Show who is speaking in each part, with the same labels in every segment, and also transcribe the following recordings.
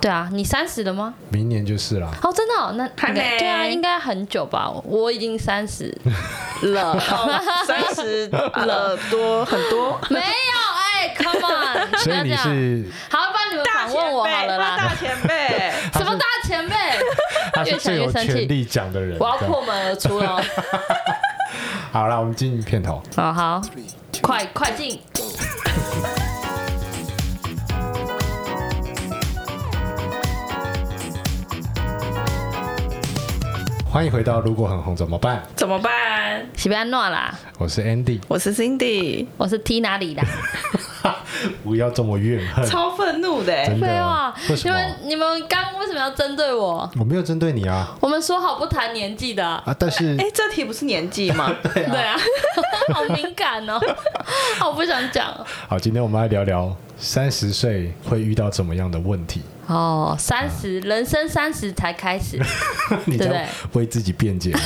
Speaker 1: 对啊，你三十了吗？
Speaker 2: 明年就是啦。
Speaker 1: 哦，真的、哦，那
Speaker 3: 还没
Speaker 1: 对啊，应该很久吧？我已经三十 了，
Speaker 3: 哦三十 了多很多，
Speaker 1: 没有哎、c o m e on，
Speaker 2: 所以你
Speaker 1: 不要这 样
Speaker 2: 是
Speaker 1: 好，帮你们
Speaker 3: 大
Speaker 1: 访问
Speaker 3: 前
Speaker 1: 我
Speaker 3: 辈，
Speaker 1: 好了
Speaker 3: 他
Speaker 1: 啦
Speaker 3: 大。前辈，
Speaker 1: 什么大前辈？
Speaker 2: 他是
Speaker 1: 越想
Speaker 2: 最
Speaker 1: 越
Speaker 2: 有
Speaker 1: 生气
Speaker 2: 权利讲的人。
Speaker 1: 我要
Speaker 2: 这样
Speaker 1: 破门而出了。
Speaker 2: 好啦，我们进片头。
Speaker 1: 哦，好，快快进。
Speaker 2: 欢迎回到《如果很红怎么办》，
Speaker 3: 怎么办？
Speaker 1: 喜安诺啦，
Speaker 2: 我是 Andy，
Speaker 3: 我是 Cindy，
Speaker 1: 我是 T 哪里的？
Speaker 2: 不要这么怨恨，
Speaker 3: 超愤怒的欸，
Speaker 2: 真的
Speaker 1: 废话。，
Speaker 2: 啊为
Speaker 1: 你
Speaker 2: 什
Speaker 1: 们
Speaker 2: 么？
Speaker 1: 啊你们刚为什么要针对我？
Speaker 2: 我没有针对你啊
Speaker 1: 我们说好不谈年纪的啊，
Speaker 2: 啊！但是
Speaker 3: 哎，这题不是年纪 吗？
Speaker 1: 对啊， 好敏感哦，好不想讲哦
Speaker 2: 好，今天我们来聊聊三十岁会遇到怎么样的问题。
Speaker 1: 哦。三十，人生三十才开始，
Speaker 2: 你
Speaker 1: 对不
Speaker 2: 在
Speaker 1: 对
Speaker 2: 为自己 辩解吗？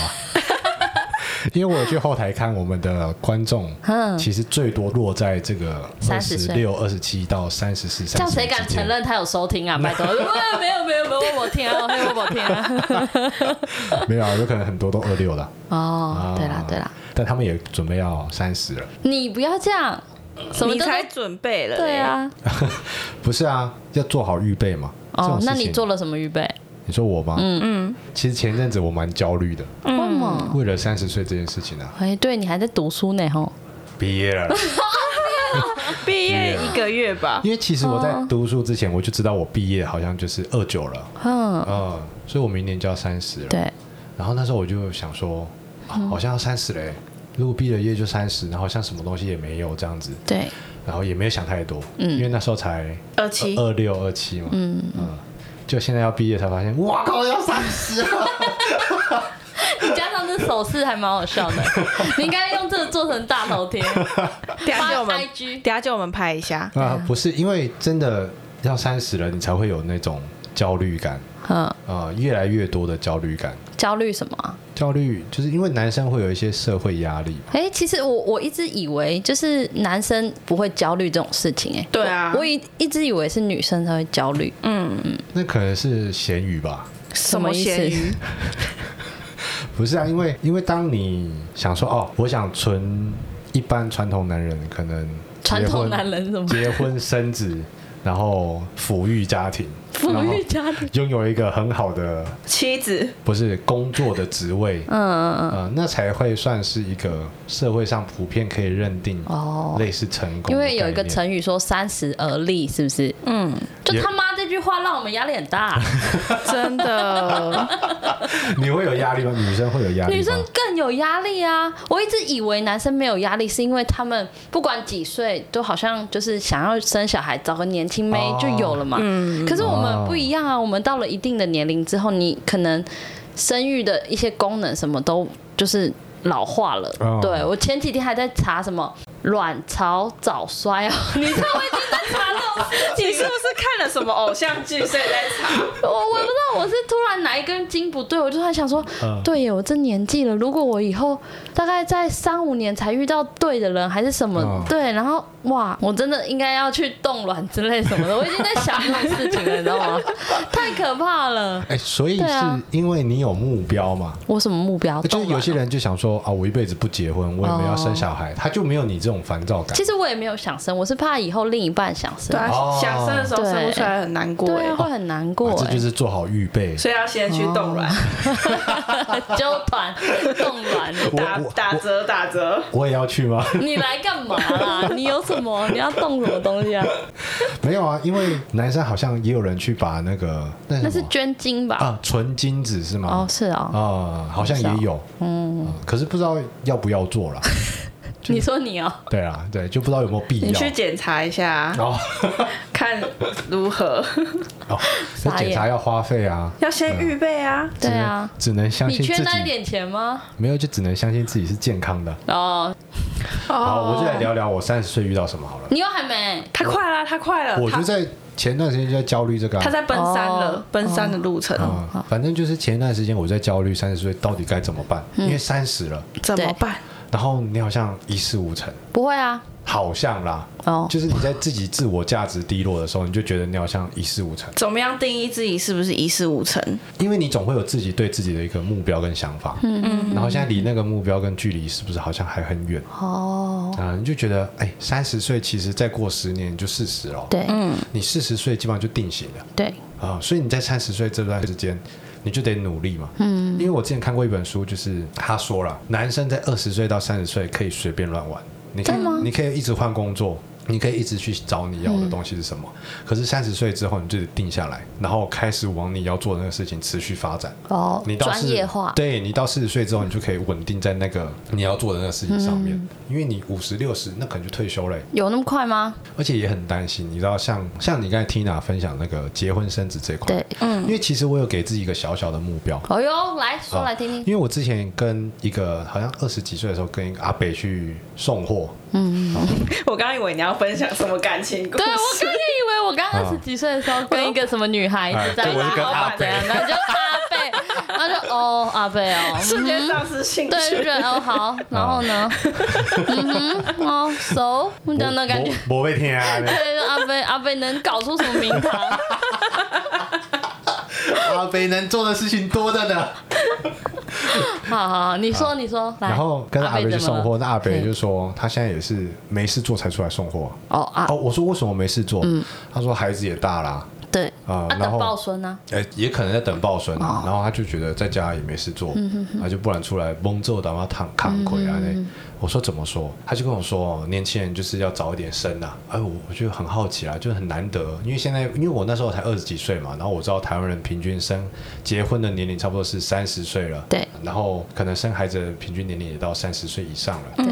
Speaker 2: 因为我有去后台看我们的 观众，
Speaker 1: 嗯
Speaker 2: 其实最多落在这个二
Speaker 1: 30
Speaker 2: 十
Speaker 1: 岁
Speaker 2: 六、二十七到三十四、
Speaker 1: 这
Speaker 2: 三
Speaker 1: 样
Speaker 2: 十
Speaker 1: 谁敢承？认他有收听啊？拜托，哇没有没有没有，我听啊，没有我听啊。
Speaker 2: 没有啊，有可能很多都二六了。
Speaker 1: 哦， 对啦
Speaker 2: 啊
Speaker 1: 对啦，，
Speaker 2: 但他们也准备要三十了。
Speaker 1: 你不要这样，什么
Speaker 3: 你
Speaker 1: 叫做
Speaker 3: 才准备了，
Speaker 1: 对，啊？
Speaker 2: 不是啊，要做好预备嘛。这种
Speaker 1: 哦，
Speaker 2: 事
Speaker 1: 那
Speaker 2: 情
Speaker 1: 你做？了什么预备？
Speaker 2: 你说我吗？嗯嗯。其实前阵子我蛮焦虑的，
Speaker 1: 为什么？
Speaker 2: 为了三十岁这件事情 啊，
Speaker 1: 哎，对你还在读书呢，吼。
Speaker 2: 毕业了。
Speaker 3: 毕业一个月吧，
Speaker 2: 因为其实我
Speaker 1: 哦
Speaker 2: 在读书之前，我就知道我毕业好像就是二九了，
Speaker 1: 嗯，
Speaker 2: 嗯，所以我明年就要三十了。
Speaker 1: 对，嗯
Speaker 2: 然后那时候我就想说，啊好像要三十嘞，如果毕了业就三十，然后好像什么东西也没有这样子，
Speaker 1: 对，
Speaker 2: 然后也没有想太多，因为那时候才
Speaker 3: 二七，
Speaker 2: 二六二七嘛，嗯就现在要毕业才发现，哇靠，要三十了，
Speaker 1: 你加上这手势还蛮好笑的，你应该用这个做成大头贴，
Speaker 2: 呃
Speaker 3: 等下就我
Speaker 1: 发
Speaker 3: 们，
Speaker 1: IG
Speaker 3: 等。下就我们拍一下，
Speaker 2: 啊，不是，因为真的要三十了，你才会有那种焦虑感，
Speaker 1: 嗯，
Speaker 2: 啊，越来越多的焦虑感，
Speaker 1: 焦虑什么啊？
Speaker 2: 焦虑就是因为男生会有一些社会压力嘛，
Speaker 1: 哎、其实我我一直以为就是男生不会焦虑这种事情、哎，
Speaker 3: 对啊
Speaker 1: 我我一一直以为是女生才会焦虑，
Speaker 2: 那可能是咸鱼吧。
Speaker 3: 什
Speaker 1: 么
Speaker 3: 么
Speaker 1: 意思
Speaker 3: 咸鱼？
Speaker 2: 不是啊，因为因为当你想说哦，我想存一般传统男人可能结
Speaker 1: 传
Speaker 2: 婚
Speaker 1: 统男人什么
Speaker 2: 结婚生子，然后抚育家庭，
Speaker 1: 富
Speaker 2: 然后
Speaker 1: 裕家 庭，
Speaker 2: 拥有一个很好的
Speaker 3: 妻 子，
Speaker 2: 不是工作的职位，嗯嗯嗯，那才会算是一个社会上普遍可以认定
Speaker 1: 哦
Speaker 2: 类似成功的概
Speaker 1: 因为
Speaker 2: 念，
Speaker 1: 有一个成语说三十而立，是不是？嗯，就
Speaker 2: 也
Speaker 1: 他妈这句话让我们压力很大，
Speaker 3: 真的，
Speaker 2: 你会有压力吗？女生会有压力吗？
Speaker 1: 女生更有压力啊！我一直以为男生没有压力，是因为他们不管几岁，都好像就是想要生小孩，找个年轻妹
Speaker 2: 哦
Speaker 1: 就有了嘛。可是我们不一样啊，我们到了一定的年龄之后，你可能生育的一些功能什么都就是老化了。
Speaker 2: 哦
Speaker 1: 对我前几天还在查什么卵巢早衰哦， 你知道我已经在查了，
Speaker 3: 你是不是看了什么偶像剧，所以在查？
Speaker 1: 我 我也不知道我是突然哪一根筋不对，我就突然想说，
Speaker 2: 嗯
Speaker 1: 对耶，我这年纪了，如果我以后大概在三五年才遇到对的人，还是什么、
Speaker 2: 嗯
Speaker 1: 对，然后哇，我真的应该要去冻卵之类什么的，我已经在想这种事情了，你知道 吗？太可怕了！
Speaker 2: 哎、所以
Speaker 1: 对
Speaker 2: 是
Speaker 1: 啊
Speaker 2: 因为你有目标嘛？
Speaker 1: 我什么目标？
Speaker 2: 就是
Speaker 1: 冻
Speaker 2: 有
Speaker 1: 卵
Speaker 2: 些
Speaker 1: 哦。
Speaker 2: 人就想说啊，我一辈子不结婚，我也没有要生小孩，他就没有你这种烦躁感
Speaker 1: 其。实我也没有想生，我是怕以后另一半想生
Speaker 3: 对，啊
Speaker 2: 哦，
Speaker 3: 想生的时候生不出来很难过
Speaker 1: 对
Speaker 3: 哎
Speaker 1: 啊，，会很难过
Speaker 2: 啊这
Speaker 1: 哎
Speaker 2: 就。是做好预备。
Speaker 3: 所以要先去冻卵，
Speaker 1: 纠团冻卵，
Speaker 3: 打
Speaker 2: 我
Speaker 3: 打折打折。
Speaker 2: 我也要去吗？
Speaker 1: 你来干嘛啦？你有什么？你要冻什么东西啊？
Speaker 2: 没有啊，因为男生好像也有人去把那个那
Speaker 1: 那
Speaker 2: 什
Speaker 1: 是
Speaker 2: 么
Speaker 1: 捐精吧？
Speaker 2: 啊纯精子是
Speaker 1: 哦
Speaker 2: 吗，？
Speaker 1: 是哦。
Speaker 2: 啊，好像也有，嗯，可是不知道要不要做 啦。
Speaker 1: 你说你哦，
Speaker 2: 对啊，对，就不知道有没有必
Speaker 3: 你
Speaker 2: 要
Speaker 3: 去。检查一下，啊
Speaker 2: 哦
Speaker 3: 看如何，
Speaker 2: 哦，那检查要花费啊，
Speaker 3: 要先预备啊。
Speaker 2: 嗯
Speaker 1: 对啊，
Speaker 2: 只能相
Speaker 1: 你
Speaker 2: 信
Speaker 1: 缺
Speaker 2: 自
Speaker 1: 那一
Speaker 2: 己，
Speaker 1: 点钱吗？
Speaker 2: 没有就只能相信自己是健康的。
Speaker 1: 哦，
Speaker 2: 好，我就来聊聊我三十岁遇到什么好了。
Speaker 1: 你又还没，
Speaker 3: 他快了，他快
Speaker 1: 嗯
Speaker 3: 了，
Speaker 2: 我就
Speaker 3: 他
Speaker 2: 在前段时间就在焦虑这个、啊，
Speaker 3: 他在奔山
Speaker 1: 哦
Speaker 3: 了，奔山的路程
Speaker 1: 嗯
Speaker 2: 啊、反正就是前一段时间我在焦虑三十岁到底
Speaker 1: 嗯
Speaker 2: 该怎么办，因为三十了，
Speaker 3: 怎么办？
Speaker 2: 然后你好像一事无成，
Speaker 1: 不会啊，
Speaker 2: 好像啦，
Speaker 1: 哦
Speaker 2: 就是你在自己自我价值低落的时候，你就觉得你好像一事无成，
Speaker 3: 怎么样定义自己是不是一事无成？
Speaker 2: 因为你总会有自己对自己的一个目标跟想法，嗯嗯，然后现在离那个目标跟距离是不是好像还很远
Speaker 1: 哦，
Speaker 2: 啊？你就觉得，哎，三十岁其实再过十年你就四十了，，
Speaker 1: 对，嗯，
Speaker 2: 你四十岁基本上就定型了。
Speaker 1: 对，
Speaker 2: 啊、所以你在三十岁这段时间，你就得努力嘛。嗯，因为我之前看过一本书，就是他说了，男生在二十岁到三十岁可以随便乱玩，你可以
Speaker 1: 真的吗嗯
Speaker 2: 你可以一直换工作。你可以一直去找你要的东西是什么，可是三十岁之后你就得定下来，然后开始往你要做的那个事情持续发展。
Speaker 1: 哦
Speaker 2: 你，到
Speaker 1: 专
Speaker 2: 40
Speaker 1: 业化，
Speaker 2: 对你到四十岁之后，你就可以稳定在那个你要做的那个事情上
Speaker 1: 嗯
Speaker 2: 面，因为你五十六十那可能就退休了、
Speaker 1: 有那么快吗？
Speaker 2: 而且也很担心，你知道像，像你刚才 Tina 分享那个结婚生子这块，
Speaker 1: 对，
Speaker 2: 因为其实我有给自己一个小小的目标，啊
Speaker 1: 哦哟，来说来听
Speaker 2: 因
Speaker 1: 听，
Speaker 2: 为我之前跟一个好像二十几岁的时候跟一个阿北去送货，
Speaker 3: 我刚以为你要分享什么感情故
Speaker 1: 对我刚刚以为我刚二十几岁的时候跟一个什么女孩
Speaker 2: 哎
Speaker 1: 子在
Speaker 2: 啊对我是跟阿
Speaker 1: 怎
Speaker 2: 贝
Speaker 1: 样，然后就阿贝，然后就哦阿贝哦，
Speaker 3: 瞬间丧失兴
Speaker 1: 对
Speaker 3: 趣。
Speaker 1: 就觉得哦好，然后呢，嗯哼，哦熟，我讲的感觉。
Speaker 2: 啊我我被听 啊，
Speaker 1: 对，就阿贝阿贝能搞出什么名堂？
Speaker 2: 阿北能做的事情多着呢。
Speaker 1: 好好，好，你说你说，来
Speaker 2: 啊然后跟阿北去送货，那阿北就
Speaker 1: 嘿
Speaker 2: 说他现在也是没事做才出来送货。
Speaker 1: 哦啊
Speaker 2: 哦，我说为什么没事做？他说孩子也大啦，
Speaker 1: 对
Speaker 2: 啊
Speaker 1: 啊
Speaker 2: 然
Speaker 1: 等
Speaker 2: 后
Speaker 1: 抱孙呢？
Speaker 2: 哎，也可能在等报生啊，然后他就觉得在家也没事做，他就不然出来蒙揍打妈躺扛亏啊那。我说怎么说？他就跟我说，哦年轻人就是要早一点生啊。哎，我我就很好奇啊，就是很难得，因为现在因为我那时候才二十几岁嘛，然后我知道台湾人平均生结婚的年龄差不多是三十岁了，
Speaker 1: 对，
Speaker 2: 然后可能生孩子的平均年龄也到三十岁以上了。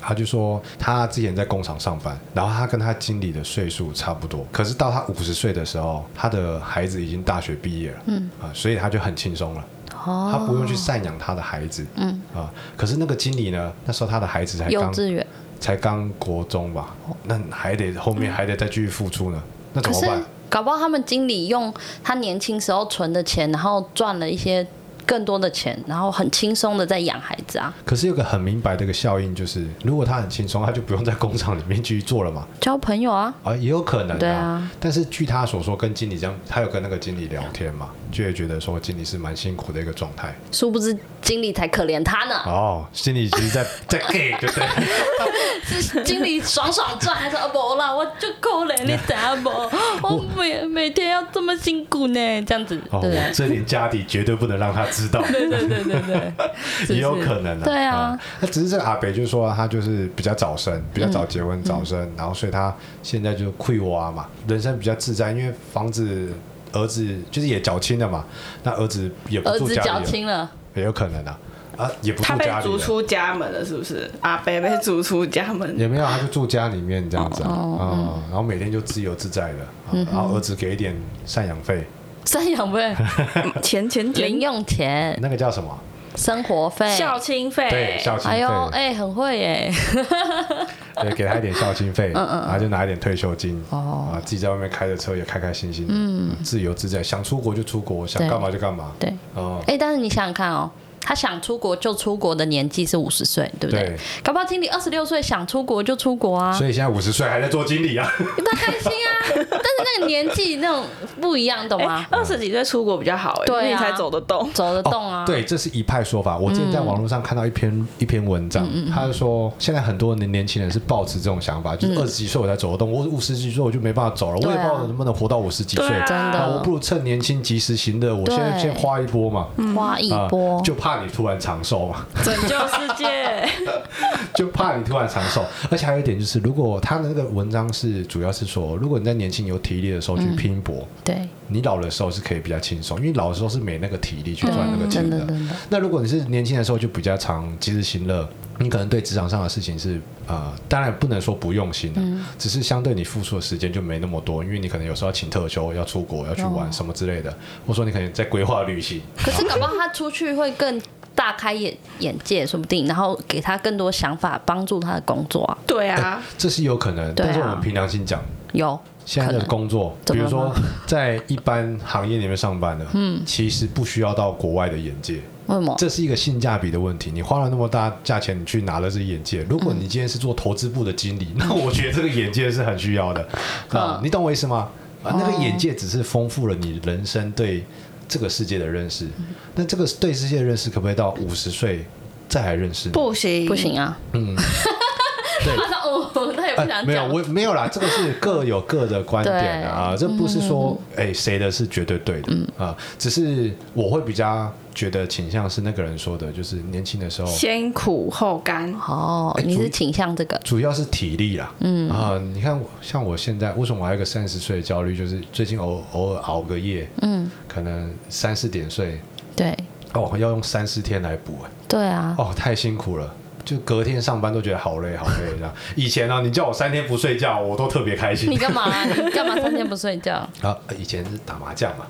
Speaker 2: 他就说他之前在工厂上班，然后他跟他经理的岁数差不多，可是到他五十岁的时候，他的孩子已经大学毕业了，嗯啊，所以他就很轻松了。
Speaker 1: 哦，
Speaker 2: 他不用去赡养他的孩子，嗯啊，可是那个经理呢？那时候他的孩子才
Speaker 1: 幼
Speaker 2: 刚
Speaker 1: 稚园，
Speaker 2: 才刚国中吧，那还得后面还得再继续付出呢，那怎
Speaker 1: 可
Speaker 2: 么
Speaker 1: 是
Speaker 2: 办？
Speaker 1: 搞不好他们经理用他年轻时候存的钱，然后赚了一些更多的钱，然后很轻松的在养孩子啊，
Speaker 2: 可是有个很明白的一个效应，就是如果他很轻松，他就不用在工厂里面继续做了嘛，
Speaker 1: 交朋友啊，
Speaker 2: 啊，也有可能、啊。
Speaker 1: 对啊
Speaker 2: 但是据他所说，跟经理这样，他有跟那个经理聊天嘛，就会觉得说经理是蛮辛苦的一个状态。
Speaker 1: 殊不知经理才可怜他 呢，
Speaker 2: 哦，经理其实 在在 gay 对不对？
Speaker 1: 是经理爽爽赚，还说啊不啦，我就够怜你咋不？ 我每每天要这么辛苦呢，这样子，
Speaker 2: 哦，
Speaker 1: 对
Speaker 2: 我这点家底绝对不能让他知道。
Speaker 1: 对对对对对， 是不是
Speaker 2: 也有可能啊，
Speaker 1: 对啊，
Speaker 2: 那、只是这个阿北就说、他就是比较早生，比较早结
Speaker 1: 嗯
Speaker 2: 婚、早生，然后所以他现在就愧挖嘛，人生比较自在，因为房子儿子就是也缴清了嘛，那儿子也不
Speaker 1: 儿
Speaker 2: 住
Speaker 1: 子
Speaker 2: 家里
Speaker 1: 缴
Speaker 2: 了，
Speaker 1: 清了，
Speaker 2: 也有可能啊，啊也不住
Speaker 3: 他被
Speaker 2: 家里
Speaker 3: 逐
Speaker 2: 了，
Speaker 3: 出家门了，是不是？阿北被逐出家 门，
Speaker 2: 也没有，他就住家里面这样子啊，
Speaker 1: 哦嗯
Speaker 2: 啊然后每天就自由自在的，啊然后儿子给一点赡养费，
Speaker 1: 赡养费、
Speaker 3: 钱钱
Speaker 1: 零
Speaker 3: 钱，
Speaker 1: 用钱、
Speaker 2: 那个叫什么？
Speaker 1: 生活费，
Speaker 3: 孝亲费，
Speaker 2: 对，孝心
Speaker 1: 嗯哎
Speaker 2: 费，
Speaker 1: 呦，哎，很会哎，
Speaker 2: 对，给他一点孝心费，然后就拿一点退休金，
Speaker 1: 嗯哦
Speaker 2: 啊，自己在外面开着车也开开心心，嗯，自由自在，想出国就出国，想
Speaker 1: 对
Speaker 2: 干嘛就干嘛，
Speaker 1: 对。
Speaker 2: 哦，
Speaker 1: 哎、但是你想想看哦，他想出国就出国的年纪是五十岁，对不对？
Speaker 2: 对
Speaker 1: 搞不好经理二十六岁想出国就出国啊，
Speaker 2: 所以现在五十岁还在做经理啊，
Speaker 1: 他开心啊。但是那个年纪那种不一样，懂吗
Speaker 3: 哎？，二十几岁出国比较好，哎，
Speaker 1: 对啊
Speaker 3: 因为你才走得动。
Speaker 1: 走得动啊，
Speaker 2: 哦
Speaker 1: 嗯
Speaker 2: 对，这是一派说法。我之前在网络上看到一篇一篇文章，他就说现在很多年年轻人是抱持这种想法，就是二十几岁我才走得动，我五十几岁我就没办法走了，我
Speaker 1: 嗯对啊
Speaker 2: 也不知道能不能活到五十几岁
Speaker 3: 对，啊
Speaker 1: 真
Speaker 2: 那我
Speaker 1: 的
Speaker 2: 不如趁年轻及时行乐，我现在
Speaker 1: 对
Speaker 2: 先花一波嘛，
Speaker 1: 花一
Speaker 2: 啊
Speaker 1: 波。
Speaker 2: 就怕你突然长寿嘛。
Speaker 3: 拯救世界，
Speaker 2: 就怕你突然长寿。而且还有一点就是，如果他的那个文章是主要是说，如果你在年轻有体力的时候去
Speaker 1: 嗯
Speaker 2: 拼搏，
Speaker 1: 对，
Speaker 2: 你老的时候是可以比较轻松，因为老的时候是没那个体力去赚那个钱
Speaker 1: 嗯真
Speaker 2: 的。
Speaker 1: 的真的。
Speaker 2: 那如果你是年轻的时候就比较常及时行乐，你可能对职场上的事情是呃，当然不能说不用心啊，
Speaker 1: 嗯
Speaker 2: 只是相对你付出的时间就没那么多，因为你可能有时候要请特休、要出国、要
Speaker 1: 哦
Speaker 2: 去玩什么之类的，或者说你可能在规划 旅行。
Speaker 1: 可是搞不好他出去会更大开眼眼界，说不定，然后给他更多想法，帮助他的工作啊。
Speaker 3: 对啊，
Speaker 2: 这是有可能，
Speaker 1: 对啊
Speaker 2: 但是我们凭良心讲，
Speaker 1: 有
Speaker 2: 现在
Speaker 1: 可
Speaker 2: 的
Speaker 1: 能
Speaker 2: 工作，
Speaker 1: 怎
Speaker 2: 比
Speaker 1: 么
Speaker 2: 如
Speaker 1: 了
Speaker 2: 说
Speaker 1: 吗
Speaker 2: 在一般行业里面上班的，嗯，其实不需要到国外的眼界，
Speaker 1: 为什么？
Speaker 2: 这是一个性价比的问题。你花了那么大价钱，你去拿了这眼界。如果你今天是做投资部的经理，那我觉得这个眼界是很需要的啊
Speaker 1: 嗯，哦
Speaker 2: 你懂我意思吗？啊，那个眼界只是丰富了你人生对这个世界的认识。
Speaker 1: 嗯
Speaker 2: 那这个对世界的认识，可不可以到五十岁再来认识呢？
Speaker 3: 不行
Speaker 1: 不，行啊！
Speaker 2: 嗯， 对。
Speaker 1: 他说哦，他也不
Speaker 2: 哎，
Speaker 1: 想
Speaker 2: 没有，
Speaker 1: 讲。
Speaker 2: 我没有啦，这个是各有各的观点的啊，这不是说
Speaker 1: 嗯
Speaker 2: 哎谁的是绝对对的啊，只是我会比较觉得倾向是那个人说的，就是年轻的时候
Speaker 3: 先苦后甘。
Speaker 2: 哎
Speaker 1: 哦，你是倾向这个
Speaker 2: 主要是体力啦，嗯啊，你看我像我现在为什么我还有一个三十岁的焦虑，就是最近偶偶尔熬个夜，嗯，可能三四点睡，
Speaker 1: 对
Speaker 2: 哦要用三四天来补、哎
Speaker 1: 对啊，
Speaker 2: 哦，太辛苦了。就隔天上班都觉得好累好累 这样。以前啊，你叫我三天不睡觉，我都特别开心。
Speaker 1: 你干嘛？你干嘛三天不睡觉？
Speaker 2: 啊，以前是打麻将 嘛，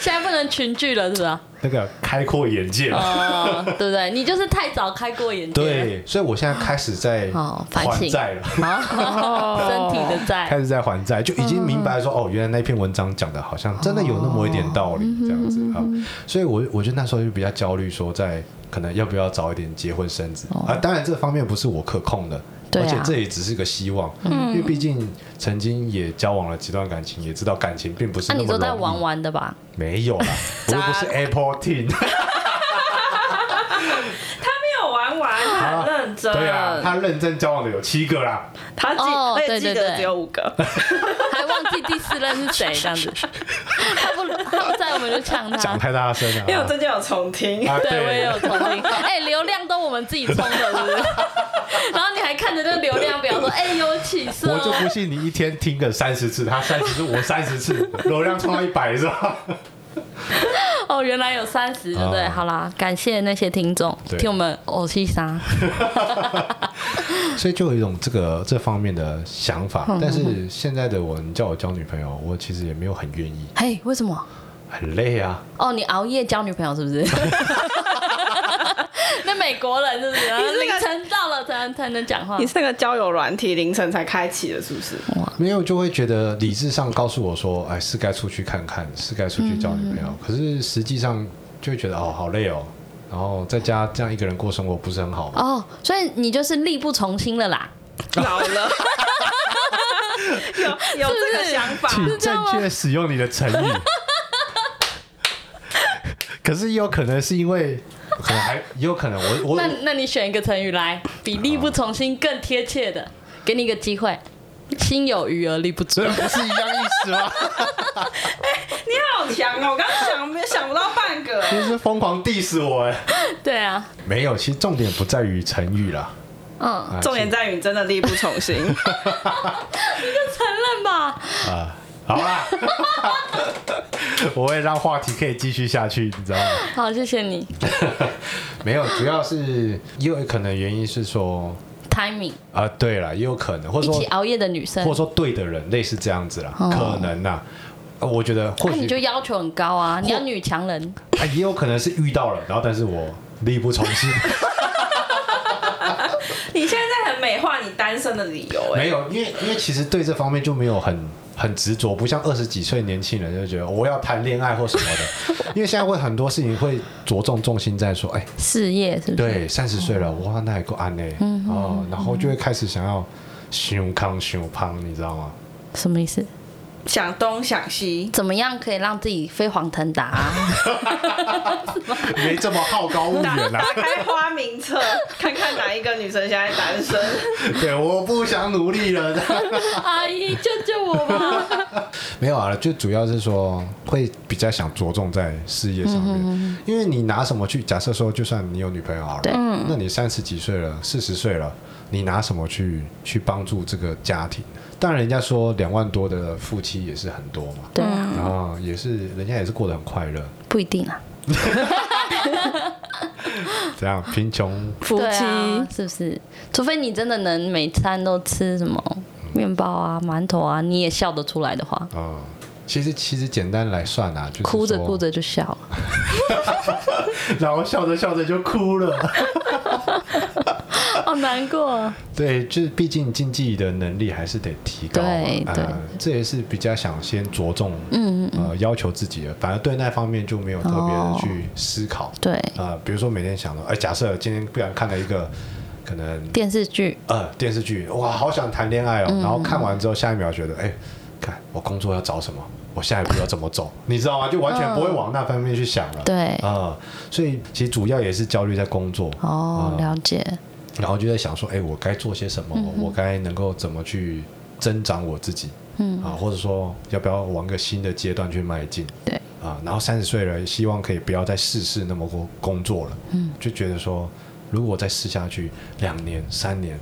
Speaker 1: 现在不能群聚了是吧？
Speaker 2: 那个开阔眼界嘛。
Speaker 1: 哦，对不对？你就是太早开过眼界，，
Speaker 2: 对，所以我现在开始在
Speaker 1: 哦反省
Speaker 2: 还债了，
Speaker 1: 啊身体的
Speaker 2: 开
Speaker 1: 债，
Speaker 2: 始在还债，就已经明白说，
Speaker 1: 嗯
Speaker 2: 哦，原来那篇文章讲的好像真的有那么一点道
Speaker 1: 哦嗯
Speaker 2: 理，这样子啊。所以我我觉得那时候就比较焦虑，说在可能要不要早一点结婚生子啊。当然这方面不是我可控的。
Speaker 1: 哦对啊嗯
Speaker 2: 而且这也只是个希望，因为毕竟曾经也交往了几段感情，也知道感情并不是
Speaker 1: 那
Speaker 2: 那么
Speaker 1: 啊你
Speaker 2: 容
Speaker 1: 都
Speaker 2: 易。
Speaker 1: 在玩玩的吧？
Speaker 2: 没 有啦，我又不是 Apple Team。
Speaker 3: 他没有玩完，他很认真。
Speaker 2: 对啊，他认真交往的有七个啦，
Speaker 3: 他记，
Speaker 1: 哦
Speaker 3: 而且
Speaker 1: 对
Speaker 3: 记
Speaker 1: 对
Speaker 3: 得
Speaker 1: 对
Speaker 3: 只有五个。
Speaker 1: 还忘记第四任是 谁这样子，他不他不在我们就抢他。
Speaker 2: 讲太大声了。
Speaker 3: 因为我最近有 重听，
Speaker 2: 啊，
Speaker 1: 对，我也有重听。哎、流量都我们自己充的，是不 是？然后你还看着那流量表说，哎、有起色
Speaker 2: 我就
Speaker 1: 哦。
Speaker 2: 不信你一天听个三十次，他三十次，我三十次，流量冲到一百是吧？
Speaker 1: 哦，原来有三十，对不对？
Speaker 2: 哦
Speaker 1: 好啦，感谢那些听众
Speaker 2: 对
Speaker 1: 听我们偶戏杀。
Speaker 2: 所以就有一种这个这方面的想法，但是现在的我，你叫我交女朋友，我其实也没有很愿意，
Speaker 1: 嘿，为什么？
Speaker 2: 很累啊。
Speaker 1: 哦，你熬夜交女朋友是不 是？那美国人是不是？
Speaker 3: 是那个
Speaker 1: 凌晨到了才能才能讲话
Speaker 3: 你。是那个交友软体凌晨才开启的，是不是？
Speaker 2: 没有就会觉得理智上告诉我说，哎，是该出去看看，是该出去交女朋友。可是实际上就会觉得哦，好累哦，然后在家这样一个人过生活不是很好吗？
Speaker 1: 哦，所以你就是力不从心了啦。
Speaker 3: 老了， 有有这个想
Speaker 1: 啊
Speaker 3: 法，
Speaker 2: 请正确使用你的成语。 可是也有可能是因为，可能还也有可能我我
Speaker 1: 那那你选一个成语来，比力不从心更贴切的，给你一个机会。心有余而力不足
Speaker 2: 这，不是一样意思吗？
Speaker 3: 你好强哦！我刚刚想没想不到半个，
Speaker 2: 就是疯狂 diss 我哎。
Speaker 1: 对啊，
Speaker 2: 没有，其实重点不在于成语啦，
Speaker 1: 嗯，
Speaker 2: 啊
Speaker 3: 重点在于你真的力不从心。
Speaker 1: 承认吧。
Speaker 2: 是啊。好 啦，我会让话题可以继续下去，你知道吗？
Speaker 1: 好，谢谢你。
Speaker 2: 没有，主要是也有可能原因是说
Speaker 1: Timing，
Speaker 2: 啊、对了，也有可能，或者
Speaker 1: 一起啊
Speaker 2: 说
Speaker 1: 熬夜的女生
Speaker 2: 或者，说对的人，类似这样子啦，可能呐、啊，我觉得或
Speaker 1: 那
Speaker 2: 许
Speaker 1: 你就要求很高啊，你要女强人。
Speaker 2: 啊，也有可能是遇到了，然后但是我力不从心，
Speaker 3: 你现在很美化你单身的理由，哎，
Speaker 2: 没有，因为因为其实对这方面就没有很很执着，不像二十几岁年轻人就觉得我要谈恋爱或什么的，因为现在会很多事情会着重重心在说，哎，
Speaker 1: 事业是不是？
Speaker 2: 对，三十岁了，哇，那也够安嘞，哦，然后就会开始想要胸康胸胖，你知道吗？
Speaker 1: 什么意思？
Speaker 3: 想东想西，
Speaker 1: 怎么样可以让自己飞黄腾达、啊
Speaker 2: 没这么好高骛
Speaker 3: 打
Speaker 2: 远啦，
Speaker 3: 打开花名册，看看哪一个女生现在单身。
Speaker 2: 对，我不想努力了。
Speaker 1: 阿姨，救救我吧！
Speaker 2: 没有啊，就主要是说会比较想着重在事业
Speaker 1: 嗯
Speaker 2: 上面，因为你拿什么去？假设说，就算你有女朋友好了
Speaker 1: 对，嗯
Speaker 2: 那你三十几岁了，四十岁了，你拿什么去去帮助这个家庭？当然，人家说两万多的夫妻也是很多嘛，
Speaker 1: 对啊，
Speaker 2: 然后也是人家也是过得很快乐，
Speaker 1: 不一定啊，
Speaker 2: 这样
Speaker 1: 嗯
Speaker 2: 贫穷
Speaker 3: 夫
Speaker 1: 对啊，是不是？除非你真的能每餐都吃什么面包啊、馒头啊，你也笑得出来的话，
Speaker 2: 啊、呃其实其实简单来算啊，就是
Speaker 1: 哭着
Speaker 2: 说
Speaker 1: 哭， 着就笑了。
Speaker 2: 然后笑着笑着就哭了。
Speaker 1: 好哦难过。
Speaker 2: 对，就是毕竟经济的能力还是得提高嘛，
Speaker 1: 对对
Speaker 2: 呃，这也是比较想先着重，嗯呃，要求自己的，反而对那方面就没有特别的去思考，
Speaker 1: 对，
Speaker 2: 啊，比如说每天想到，哎、假设今天不然看了一个可能
Speaker 1: 电视剧
Speaker 2: 呃电视剧，哇，好想谈恋爱哦，
Speaker 1: 嗯
Speaker 2: 然后看完之后下一秒觉得，哎、看我工作要找什么，我下一步要怎么走， 你知道吗？就完全不会往那方面去想了，
Speaker 1: 对
Speaker 2: 啊、所以其实主要也是焦虑在工作，
Speaker 1: 哦，
Speaker 2: 啊
Speaker 1: 了解，
Speaker 2: 然后就在想说，哎、我该做些什
Speaker 3: 嗯
Speaker 2: 么？我该能够怎么去增长我自己？嗯啊，或者说要不要往个新的阶段去迈进？
Speaker 1: 对
Speaker 2: 啊，然后三十岁了，希望可以不要再事事那么工工作了。嗯，就觉得说，如果我再试下去两年、三年，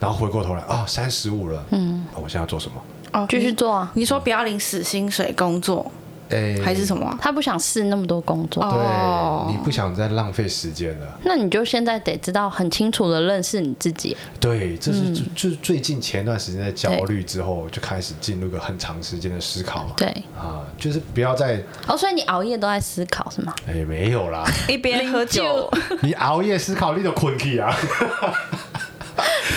Speaker 2: 然后回过头来啊，三十五了，嗯、我现在要做什么？
Speaker 3: 哦
Speaker 1: 继续做啊。
Speaker 3: 你说不要领死薪水工作
Speaker 2: 哎、
Speaker 3: 还是什么啊？
Speaker 1: 他不想试那么多工作，
Speaker 3: 哦
Speaker 2: 对，你不想再浪费时间了。
Speaker 1: 那你就现在得知道很清楚的认识你自己。
Speaker 2: 对，这是
Speaker 3: 嗯
Speaker 2: 就就是最近前段时间的焦虑之后，就开始进入一个很长时间的思考嘛。
Speaker 1: 对，
Speaker 2: 啊，就是不要再
Speaker 1: 哦，所以你熬夜都在思考是吗？
Speaker 2: 哎、没有啦，
Speaker 3: 一边喝 酒，
Speaker 2: 你熬夜思考你就困去啊。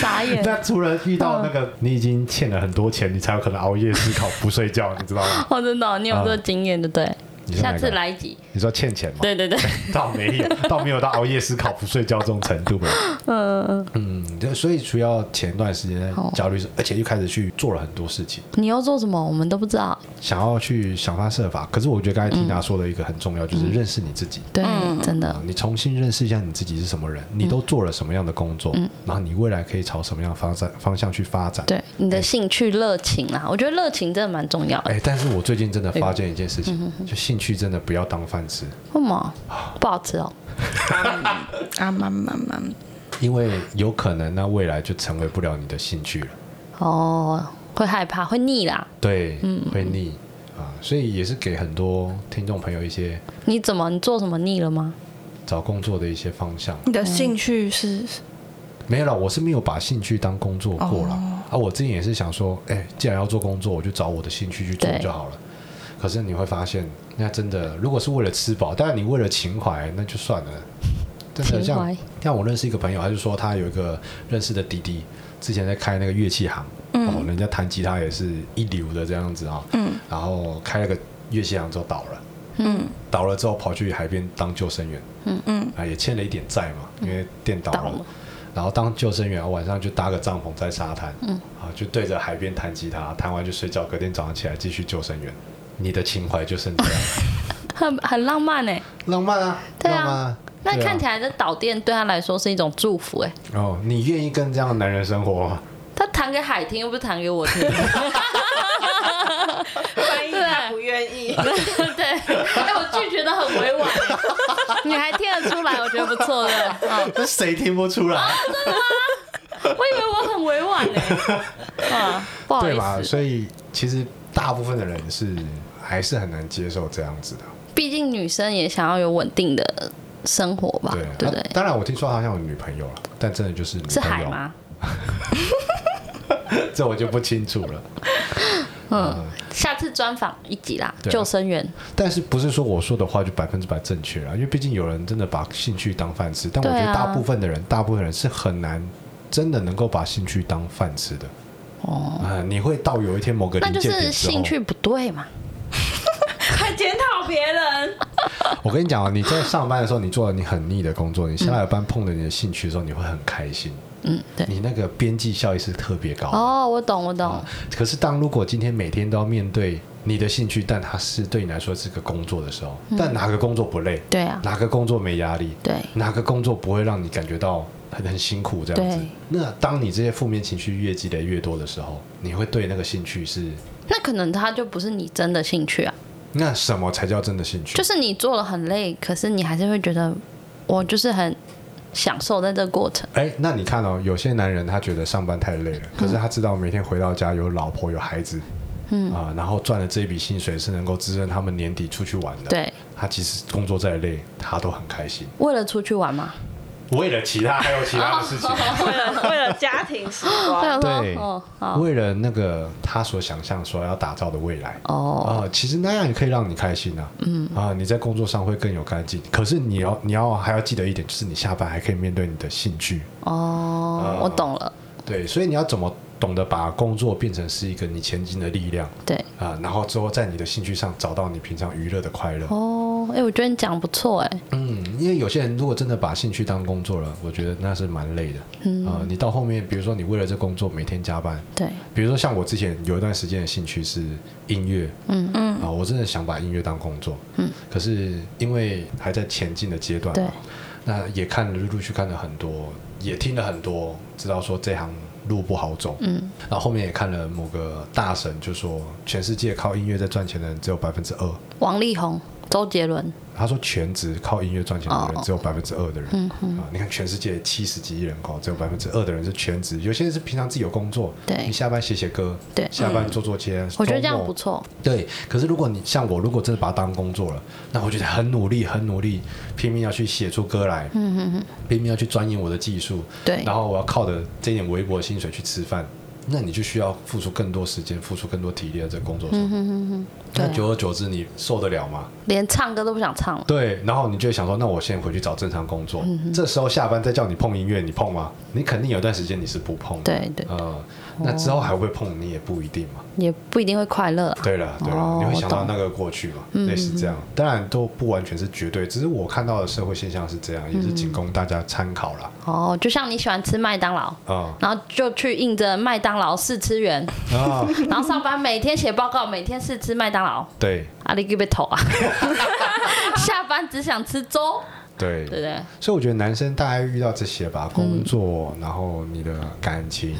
Speaker 1: 傻眼。
Speaker 2: 那除了遇到那个你已经欠了很多钱，你才有可能熬夜思考不睡觉，你知 道吗？
Speaker 1: 哦，真的哦、你有这个经验对不对？
Speaker 2: 啊你是哪
Speaker 1: 下
Speaker 2: 个
Speaker 1: 次来一集。
Speaker 2: 你说欠钱吗？
Speaker 1: 对对对，
Speaker 2: 倒没有，倒没有到熬夜思考不睡觉这种程度吧。嗯嗯，就所以主要前段时间焦虑是，而且又开始去做了很多事情，
Speaker 1: 你要做什么我们都不知道。
Speaker 2: 想要去想方设法。可是我觉得刚才缇娜说的一个很重要，就是认识你自己。
Speaker 1: 对，真的嗯
Speaker 2: 啊，你重新认识一下你自己是什么人，你都做了什么样的工作，然后你未来可以朝什么样的方向方向去发展。
Speaker 1: 对你的兴趣热情啦，我觉得热情真的蛮重要的。
Speaker 2: 哎，但是我最近真的发现一件事情，就兴趣真的不要当饭吃，
Speaker 1: 为什么不好吃哦？
Speaker 3: 啊慢慢慢，
Speaker 2: 因为有可能那未来就成为不了你的兴趣了，
Speaker 1: 哦，会害怕，会腻啦。嗯
Speaker 2: 对，会腻啊，所以也是给很多听众朋友一些
Speaker 1: 你怎么你做什么腻了吗？
Speaker 2: 找工作的一些方向。
Speaker 3: 你的兴趣是
Speaker 2: 没有啦，我是没有把兴趣当工作过啦。
Speaker 1: 哦
Speaker 2: 啊，我之前也是想说，哎、既然要做工作，我就找我的兴趣去做
Speaker 1: 对
Speaker 2: 就好了。可是你会发现，那真的，如果是为了吃饱，但你为了情怀，那就算 了。真的
Speaker 1: 情
Speaker 2: 像
Speaker 1: 怀
Speaker 2: 像我认识一个朋友，他就说他有一个认识的弟弟，之前在开那个乐器行，
Speaker 1: 嗯
Speaker 2: 哦，人家弹吉他也是一流的这样子啊、嗯，然后开了个乐器行之后倒了，
Speaker 3: 嗯，
Speaker 2: 倒了之后跑去海边当救生员，嗯嗯，啊也欠了一点债嘛，因为店
Speaker 1: 嗯
Speaker 2: 倒
Speaker 1: 倒
Speaker 2: 了
Speaker 1: 了，
Speaker 2: 然后当救生员，晚上就搭个帐篷在沙滩，嗯，啊就对着海边弹吉他，弹完就睡觉，隔天早上起来继续救生员。你的情怀就是这样，
Speaker 1: 很很浪漫哎、
Speaker 2: 浪漫啊，
Speaker 1: 对啊
Speaker 2: 浪漫啊。
Speaker 1: 那
Speaker 2: 对啊
Speaker 1: 看起来这导电对他来说是一种祝福哎、
Speaker 2: 哦，你愿意跟这样的男人生活吗？
Speaker 1: 他弹给海听，又不是弹给我 听。
Speaker 3: 翻译他不愿意，
Speaker 1: 对，哎、我拒绝的很委婉、欸 你还听得出来？我觉得不错的。嗯，
Speaker 2: 那谁听不出来？
Speaker 1: 我以为我很委婉呢、啊，不好
Speaker 2: 对
Speaker 1: 意
Speaker 2: 吧？
Speaker 1: 思，
Speaker 2: 所以其实大部分的人是还是很难接受这样子的，
Speaker 1: 毕竟女生也想要有稳定的生活吧，
Speaker 2: 对啊。
Speaker 1: 对不对
Speaker 2: 那？当然，我听说他好像有女朋友了，但真的就是女
Speaker 1: 是
Speaker 2: 朋
Speaker 1: 海
Speaker 2: 友，
Speaker 1: 吗？
Speaker 2: 这我就不清楚了。
Speaker 1: 嗯下次专访一集啦，
Speaker 2: 嗯对啊
Speaker 1: 救生员。
Speaker 2: 但是不是说我说的话就百分之百正确了？啊因为毕竟有人真的把兴趣当饭吃，但我觉
Speaker 1: 对
Speaker 2: 得
Speaker 1: 啊
Speaker 2: 大部分的人，大部分人是很难真的能够把兴趣当饭吃的。哦，啊，你会到有一天某个
Speaker 1: 那
Speaker 2: 临
Speaker 1: 就
Speaker 2: 界点
Speaker 1: 是
Speaker 2: 之后
Speaker 1: 兴趣不对嘛。
Speaker 3: 还检讨别人，
Speaker 2: 我跟你讲啊，你在上班的时候，你做了你很腻的工作，你下了班碰到你的兴趣的时候，你会很开心，
Speaker 1: 嗯，对。
Speaker 2: 你那个边际效益是特别高的。
Speaker 1: 哦，我懂，我懂。
Speaker 2: 可是当如果今天每天都要面对你的兴趣，但它是对你来说是个工作的时候，
Speaker 1: 嗯
Speaker 2: 但哪个工作不累？
Speaker 1: 对啊，
Speaker 2: 哪个工作没压力？
Speaker 1: 对
Speaker 2: 哪个工作不会让你感觉到很很辛苦这样子
Speaker 1: 对？
Speaker 2: 那当你这些负面情绪越积累越多的时候，你会对那个兴趣是
Speaker 1: 那可能他就不是你真的兴趣啊，
Speaker 2: 那什么才叫真的兴趣？
Speaker 1: 就是你做了很累，可是你还是会觉得我就是很享受在这个过程。
Speaker 2: 哎，那你看哦，有些男人他觉得上班太累了，
Speaker 1: 嗯
Speaker 2: 可是他知道每天回到家有老婆有孩子，嗯啊、然后赚的这一笔薪水是能够支撑他们年底出去玩的。
Speaker 1: 对，
Speaker 2: 他其实工作再累，他都很开心。
Speaker 1: 为了出去玩嘛，
Speaker 2: 为了其他还有其他的 事情，
Speaker 3: 为了为了家庭时
Speaker 1: 我
Speaker 3: 光，
Speaker 1: 想说
Speaker 2: 对
Speaker 1: 哦，好，
Speaker 2: 为了那个他所想象所要打造的未来。
Speaker 1: 哦，
Speaker 2: 啊、其实那样也可以让你开心啊，嗯啊，你在工作上会更有干劲。可是你要你要还要记得一点，就是你下班还可以面对你的兴趣，
Speaker 1: 哦，我懂了，
Speaker 2: 对，所以你要怎么懂得把工作变成是一个你前进的力量
Speaker 1: 对，
Speaker 2: 啊，然后之后在你的兴趣上找到你平常娱乐的快乐。
Speaker 1: 哦，哎，我觉得你讲得不错，哎，
Speaker 2: 嗯，因为有些人如果真的把兴趣当工作了，我觉得那是蛮累的。嗯啊、你到后面，比如说你为了这工作每天加班，
Speaker 1: 对，
Speaker 2: 比如说像我之前有一段时间的兴趣是音乐，嗯嗯，啊、我真的想把音乐当工作，嗯，可是因为还在前进的阶段嘛，
Speaker 1: 对
Speaker 2: 那也看了陆陆续看了很多，也听了很多，知道说这行路不好走，嗯，然后后面也看了某个大神就说，全世界靠音乐在赚钱的人只有百分之二，
Speaker 1: 王力宏、周杰伦，
Speaker 2: 他说全职靠音乐赚钱的
Speaker 1: 哦嗯
Speaker 2: 人只有百分之二的人啊、你看全世界七十几亿人口，只有百分之二的人是全职，有些人是平常自己有工作，
Speaker 1: 对
Speaker 2: 你下班写写歌，
Speaker 1: 对嗯
Speaker 2: 下班做做切，
Speaker 1: 我觉得这
Speaker 2: 周
Speaker 1: 样
Speaker 2: 末
Speaker 1: 不。错，
Speaker 2: 对，可是如果你像我，如果真的把它当工作了，那我觉得很努力，很努力，拼命要去写出歌来，嗯嗯嗯，拼命要去钻研我的技术，
Speaker 1: 对
Speaker 2: 然后我要靠着这一点微薄的薪水去吃饭，那你就需要付出更多时间，付出更多体力在这个工作上，
Speaker 1: 嗯对啊
Speaker 2: 那久而久之，你受得了吗？
Speaker 1: 连唱歌都不想唱了，
Speaker 2: 对，然后你就会想说，那我现在回去找正常工作。
Speaker 1: 嗯
Speaker 2: 这时候下班再叫你碰音乐，你碰吗？你肯定有段时间你是不碰的。
Speaker 1: 对对，
Speaker 2: 呃，那之后还会不会碰，你也不一定嘛。
Speaker 1: 也不一定会快乐啊，
Speaker 2: 对了，对了，
Speaker 1: 哦
Speaker 2: 你会
Speaker 1: 我
Speaker 2: 想到
Speaker 1: 懂嗯
Speaker 2: 那个过去嘛，类似这样。当然都不完全是绝对，只是我看到的社会现象是这样，
Speaker 1: 嗯
Speaker 2: 也是仅供大家参考啦。
Speaker 1: 哦，就像你喜欢吃麦当劳，
Speaker 2: 啊
Speaker 1: 然后就去应着麦当劳试吃员，
Speaker 2: 啊，
Speaker 1: 然后上班每天写报告，每天试吃麦当劳，
Speaker 2: 对
Speaker 1: 阿里给被投啊！ 下班只想吃粥，
Speaker 2: 对
Speaker 1: 对不对？
Speaker 2: 所以我觉得男生大概遇到这些
Speaker 1: 嗯
Speaker 2: 吧，工作，然后你的感情，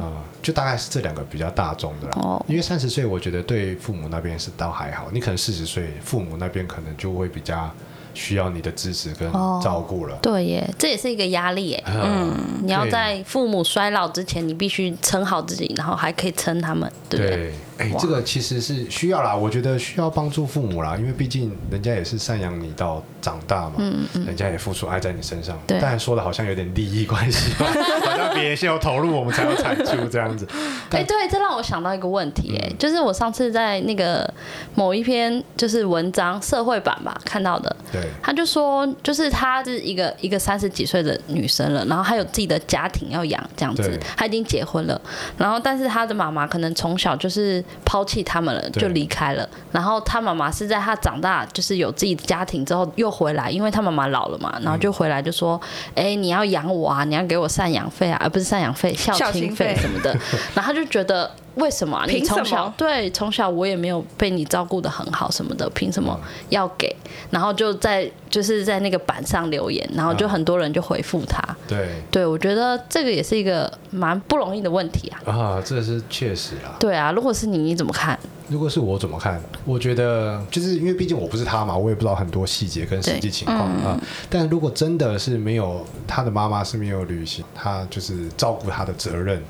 Speaker 2: 啊，就大概是这两个比较大众的啦。
Speaker 1: 嗯哦
Speaker 2: 因为三十岁，我觉得对父母那边是倒还好，你可能四十岁，父母那边可能就会比较需要你的支持跟
Speaker 1: 哦
Speaker 2: 照顾了。
Speaker 1: 对耶，啊这也是一个压力耶。
Speaker 2: 嗯，
Speaker 1: 你要在父母衰老之前，你必须撑好自己，然后还可以撑他们，对不对？
Speaker 2: 对，哎，这个其实是需要啦，我觉得需要帮助父母啦，因为毕竟人家也是赡养你到长大嘛，人家也付出爱在你身上，
Speaker 1: 嗯对
Speaker 2: 但说的好像有点利益关系哦， 好像别人先有投入，我们才有产出这样子。
Speaker 1: 哎、
Speaker 2: 但
Speaker 1: 对，这让我想到一个问题，
Speaker 2: 嗯
Speaker 1: 哎、就是我上次在那个某一篇就是文章社会版吧看到的，
Speaker 2: 对，
Speaker 1: 他就说，就是她是一个一个三十几岁的女生了，然后她有自己的家庭要养，这样子
Speaker 2: 对，
Speaker 1: 她已经结婚了，然后但是她的妈妈可能从小就是抛弃他们了，
Speaker 2: 对
Speaker 1: 就离开了，然后她妈妈是在她长大就是有自己的家庭之后又回来，因为她妈妈老了嘛，
Speaker 2: 嗯
Speaker 1: 然后就回来就说，哎、你要养我啊，你要给我赡养费啊，而、不是赡养费，孝
Speaker 3: 孝
Speaker 1: 亲
Speaker 3: 亲
Speaker 1: 费
Speaker 3: 费
Speaker 1: 什么的，然后她就觉得。为什么啊、你
Speaker 3: 凭什
Speaker 1: 从小
Speaker 3: 么
Speaker 1: 对从小我也没有被你照顾的很好什么的，凭什么要给？然后就在就是在那个板上留言，然
Speaker 2: 嗯
Speaker 1: 后就很多人就回复他。
Speaker 2: 对
Speaker 1: 对，我觉得这个也是一个蛮不容易的问题啊。
Speaker 2: 啊，这是确实啦。
Speaker 1: 对啊，如果是你，你怎么看？
Speaker 2: 如果是我怎么看？我觉得就是因为毕竟我不是他嘛，我也不知道很多细节跟实际情况
Speaker 1: 嗯
Speaker 2: 啊、但如果真的是没有他的妈妈是没有履行他就是照顾他的责任，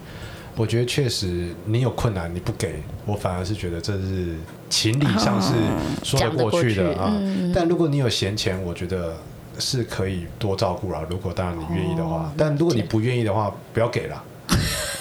Speaker 2: 我觉得确实你有困难你不给我，反而是觉得这是情理上是说得过去的
Speaker 1: 哦讲得过去嗯
Speaker 2: 啊、但如果你有闲钱，我觉得。是可以多照顾啦，如果当然你愿意的
Speaker 1: 哦
Speaker 2: 话，但如果你不愿意的话，不要给啦，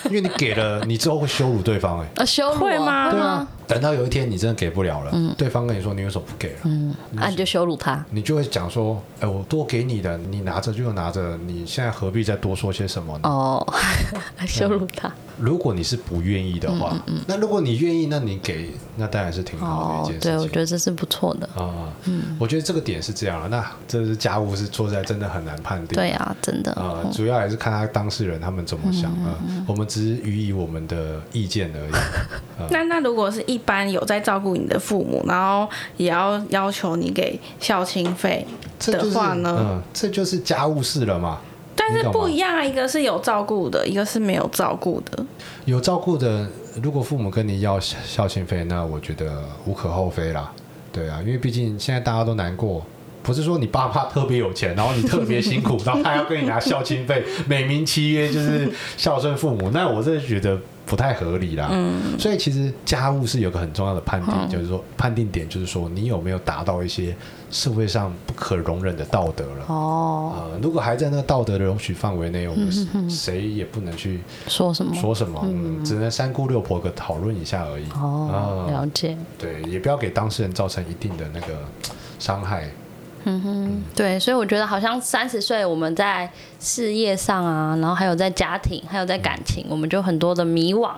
Speaker 2: 因为你给了，你之后会羞辱对方哎、
Speaker 1: 呃，羞辱我
Speaker 3: 会吗
Speaker 1: 会
Speaker 2: 对
Speaker 1: 吗
Speaker 2: 啊？，等到有一天你真的给不了了，
Speaker 1: 嗯
Speaker 2: 对方跟你说你为什么不给了，
Speaker 1: 啊，你就羞辱他。
Speaker 2: 你就会讲说，哎、我多给你的，你拿着就拿着，你现在何必再多说些什么呢？
Speaker 1: 哦， 羞辱他。
Speaker 2: 如果你是不愿意的
Speaker 1: 嗯
Speaker 2: 话，那如果你愿意，那你给，那当然是挺好
Speaker 1: 哦
Speaker 2: 的一，件
Speaker 1: 对，
Speaker 2: 事
Speaker 1: 我
Speaker 2: 情。
Speaker 1: 觉得嗯这是不错的。
Speaker 2: 啊，我觉得这个点是这样了。那这是家务是做在真的很难判定。
Speaker 1: 对啊，真的。
Speaker 2: 啊、主要还是看他当事人他们怎么想啊、
Speaker 1: 嗯
Speaker 2: 我们只是予以我们的意见而已。
Speaker 3: 那那如果是一般有在照顾你的父母，然后也要要求你给孝亲费
Speaker 2: 这就
Speaker 3: 的
Speaker 2: 是
Speaker 3: 话呢？
Speaker 2: 嗯，这就是家务事了嘛。
Speaker 3: 但
Speaker 2: 你
Speaker 3: 是
Speaker 2: 懂吗
Speaker 3: 不一样啊，一个是有照顾的，一个是没有照顾的。
Speaker 2: 有照顾的，如果父母跟你要孝孝亲费，那我觉得无可厚非啦。对啊，因为毕竟现在大家都难过，不是说你爸妈特别有钱，然后你特别辛苦，然后他要跟你拿孝亲费，美名其曰就是孝顺父母。那我真的觉得不太合理啦。嗯，所以其实家务是有个很重要的判定，就是说判定点就是说你有没有达到一些社会上不可容忍的道德了。
Speaker 1: 哦，
Speaker 2: 呃，如果还在那道德的容许范围内，我们谁也不能去
Speaker 1: 说什么？
Speaker 2: 说什么，嗯，只能三姑六婆个讨论一下而已。
Speaker 1: 哦，
Speaker 2: 啊
Speaker 1: 了解。
Speaker 2: 对，也不要给当事人造成一定的那个伤害。
Speaker 1: 对，所以我觉得好像三十岁，我们在事业上啊，然后还有在家庭，还有在感情，我们就很多的迷惘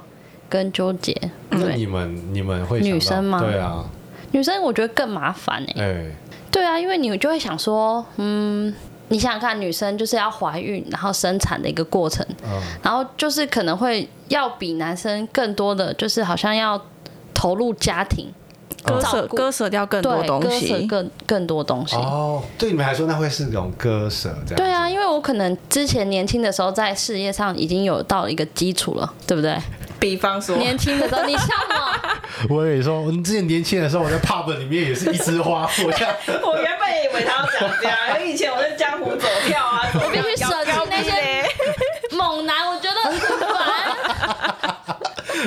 Speaker 1: 跟纠结。
Speaker 2: 那
Speaker 1: 对，
Speaker 2: 你们你们会想到
Speaker 1: 女生吗
Speaker 2: 对啊，
Speaker 1: 女生我觉得更麻烦哎、
Speaker 2: 哎，
Speaker 1: 对啊，因为你就会想说，嗯，你想想看，女生就是要怀孕然后生产的一个过程，
Speaker 2: 嗯，
Speaker 1: 然后就是可能会要比男生更多的，就是好像要投入家庭，
Speaker 3: 割
Speaker 1: 照
Speaker 3: 舍
Speaker 1: 顾
Speaker 3: 割舍掉更多
Speaker 1: 对，
Speaker 3: 东
Speaker 1: 割舍
Speaker 3: 西，
Speaker 1: 更更多东西。
Speaker 2: 哦，对你们来说那会是种割舍这样。
Speaker 1: 对啊，因为我可能之前年轻的时候在事业上已经有到一个基础了，对不对？
Speaker 3: 比方 说
Speaker 1: 年轻的时候你笑什么？
Speaker 2: 我以为说，你之前年轻的时候，我在 pub 里面也是一枝花，我 这样
Speaker 3: 我原本也以为他要讲这样，因为以前我在江湖走 跳啊，我
Speaker 1: 必须舍弃那些猛男，我觉得很烦，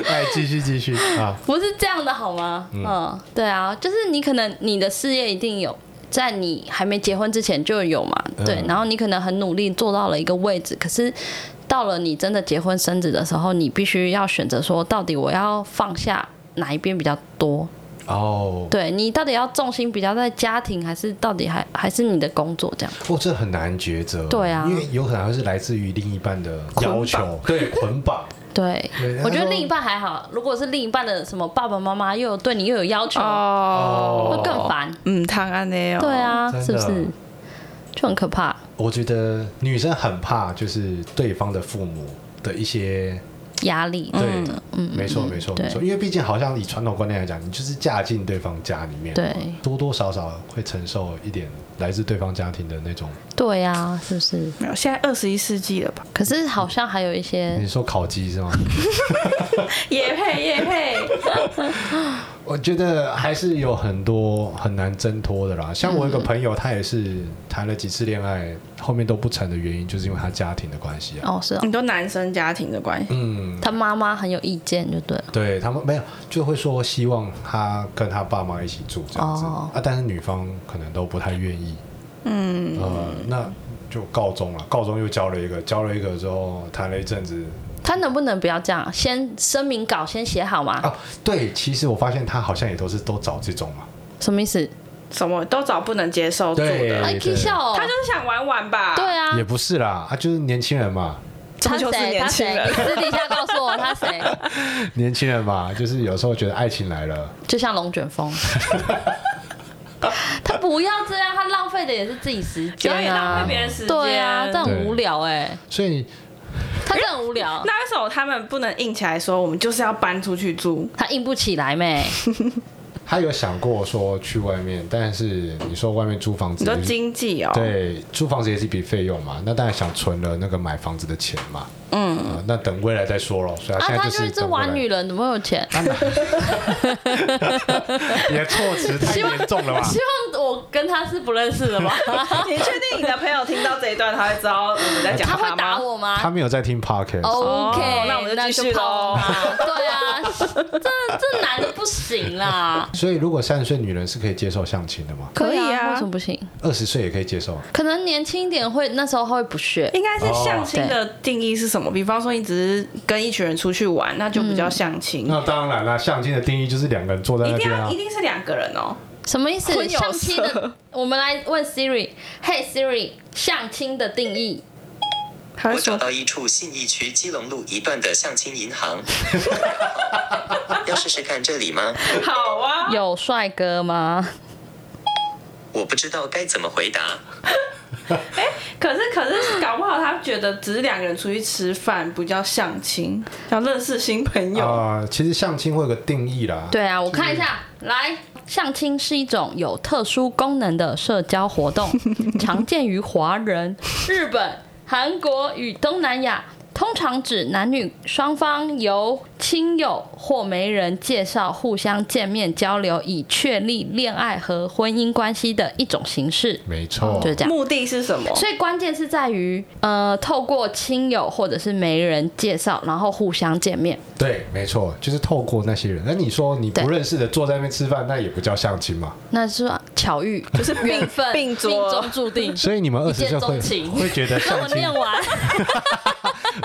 Speaker 2: 哎，继续继续啊，
Speaker 1: 不是这样的好吗？嗯对啊，就是你可能你的事业一定有。在你还没结婚之前就有嘛，对，
Speaker 2: 嗯
Speaker 1: 然后你可能很努力做到了一个位置，可是到了你真的结婚生子的时候，你必须要选择说，到底我要放下哪一边比较多？
Speaker 2: 哦，
Speaker 1: 对你到底要重心比较在家庭，还是到底还还是你的工作这样？
Speaker 2: 哦，这很难抉择，
Speaker 1: 对啊
Speaker 2: 因为有可能还是来自于另一半的
Speaker 3: 捆绑
Speaker 2: 要求，对，捆绑，
Speaker 1: 对
Speaker 2: 对，
Speaker 1: 我觉得
Speaker 2: 他说
Speaker 1: 另一半还好，如果是另一半的什么爸爸妈妈又有对你又有要求，
Speaker 3: 哦，
Speaker 1: 会更烦。
Speaker 3: 嗯，汤安呢？哦，
Speaker 1: 对，啊，
Speaker 2: 真的
Speaker 1: 是不是？就很可怕。
Speaker 2: 我觉得女生很怕就是对方的父母的一些。
Speaker 1: 压力，
Speaker 2: 对，嗯，没错，没错，
Speaker 1: 对
Speaker 2: 没错，因为毕竟好像以传统观念来讲，你就是嫁进对方家里面，
Speaker 1: 对，
Speaker 2: 多多少少会承受一点来自对方家庭的那种。
Speaker 1: 对啊，是不是？
Speaker 3: 没有，现在二十一世纪了吧？
Speaker 1: 可是好像还有一些
Speaker 2: 你说烤鸡是吗？
Speaker 3: 也配也配，
Speaker 2: 我觉得还是有很多很难挣脱的啦。像我有个朋友，他也是谈了几次恋爱，后面都不成的原因，就是因为他家庭的关系啊。
Speaker 1: 哦，是哦，
Speaker 3: 你都男生家庭的关系，
Speaker 2: 嗯，
Speaker 1: 他妈妈很有意见，就对了。
Speaker 2: 对他们没有，就会说希望他跟他爸妈一起住这样子、
Speaker 1: 哦
Speaker 2: 啊，但是女方可能都不太愿意。嗯，呃，那就告终了，告终又交了一个，交了一个之后谈了一阵子
Speaker 1: 他能不能不要这样？先声明稿先写好嘛？
Speaker 2: 啊，对，其实我发现他好像也都是都找这种啊嘛，
Speaker 1: 什么意思？什
Speaker 3: 什么都找不能接受住
Speaker 2: 对
Speaker 3: 的，
Speaker 1: 哎，可以笑哦
Speaker 3: 他就是想玩玩吧？
Speaker 1: 对，啊，
Speaker 2: 也不是啦，啊，就是年轻人嘛，
Speaker 1: 他
Speaker 3: 终究是
Speaker 1: 谁？
Speaker 3: 年
Speaker 1: 他
Speaker 3: 轻
Speaker 1: 谁？
Speaker 3: 人
Speaker 1: 你私底下告诉我他谁？
Speaker 2: 年轻人嘛，就是有时候觉得爱情来了，
Speaker 1: 就像龙卷风。他不要这样，他浪费的也是自己时间
Speaker 3: 然后也浪
Speaker 1: 啊
Speaker 3: 费，别人时间。
Speaker 1: 对啊，这很无聊哎、
Speaker 2: 所以
Speaker 1: 他这很无聊，
Speaker 3: 那为什么他们不能硬起来说，我们就是要搬出去住？
Speaker 1: 他硬不起来咩？
Speaker 2: 他有想过说去外面，但是你说外面租房子
Speaker 3: 你说，经济哦，，
Speaker 2: 对，租房子也是一笔费用嘛，那当然想存了那个买房子的钱嘛，嗯、那等未来再说咯。所以他
Speaker 1: 啊，
Speaker 2: 现在
Speaker 1: 他
Speaker 2: 就
Speaker 1: 就是一直
Speaker 2: 等未来
Speaker 1: 玩 女人，怎么会有钱？
Speaker 2: 你的措辞太严重了吧？
Speaker 1: 希望我跟他是不认识的吧？
Speaker 3: 你确定你的朋友听到这一段，他会知道我们在 讲
Speaker 1: 他会
Speaker 3: 吗
Speaker 1: 打我
Speaker 2: 他
Speaker 1: 吗
Speaker 2: 没有在听 podcast，、
Speaker 1: ？OK，
Speaker 3: 哦那我们就继续
Speaker 1: 泡
Speaker 3: 咯
Speaker 1: 他。对 啊，这这男的不行 啦。
Speaker 2: 所以如果三十岁女人是可以接受相亲的嘛，
Speaker 3: 可以啊
Speaker 1: 为什么不行？
Speaker 2: 二十岁也可以接受。
Speaker 1: 可能年轻一点会那时候会不屑，
Speaker 3: 应该是相亲的定义是什么？比方说，你只是跟一群人出去玩，那就不叫相亲。
Speaker 2: 那当然啦，相亲的定义就是两个人坐在
Speaker 3: 一
Speaker 2: 那
Speaker 3: 定
Speaker 2: 边嗯
Speaker 3: 要
Speaker 2: 啊
Speaker 3: 一，定是两个人哦，
Speaker 1: 什么意思？
Speaker 3: 婚友
Speaker 1: 相亲的
Speaker 3: 社，
Speaker 1: 我们来问 Siri。嘿 Siri，相亲的定义，
Speaker 3: 他会
Speaker 4: 我找
Speaker 3: 说
Speaker 4: 到一处信义区基隆路一段的相亲银行，要试试看这里吗？
Speaker 3: 好啊，
Speaker 1: 有帅哥吗？
Speaker 4: 我不知道该怎么回答。
Speaker 3: 可是可是搞不好他觉得只是两个人出去吃饭不叫相亲，要认识新朋友。
Speaker 2: 啊、其实相亲会有个定义啦，
Speaker 1: 对啊，我看一下，来，相亲是一种有特殊功能的社交活动，常见于华人、日本、韩国与东南亚。通通常指男女双方由亲友或媒人介绍互相见面交流，以确立恋爱和婚姻关系的一种形式，
Speaker 2: 没错，
Speaker 1: 就是这样。
Speaker 3: 目的是什么？
Speaker 1: 所以关键是在于，呃，透过亲友或者是媒人介绍，然后互相见面。
Speaker 2: 对，没错，就是透过那些人。那你说你不
Speaker 1: 对
Speaker 2: 认识的坐在那边吃饭，那也不叫相亲嘛？
Speaker 1: 那是巧遇，就是 缘分，
Speaker 3: 并
Speaker 1: 命
Speaker 3: 桌
Speaker 1: 中注定。
Speaker 2: 所以你们二十
Speaker 1: 见
Speaker 2: 岁会
Speaker 1: 钟情
Speaker 2: 会 觉得
Speaker 1: 让
Speaker 2: 相
Speaker 1: 我
Speaker 2: 亲
Speaker 1: 念，完，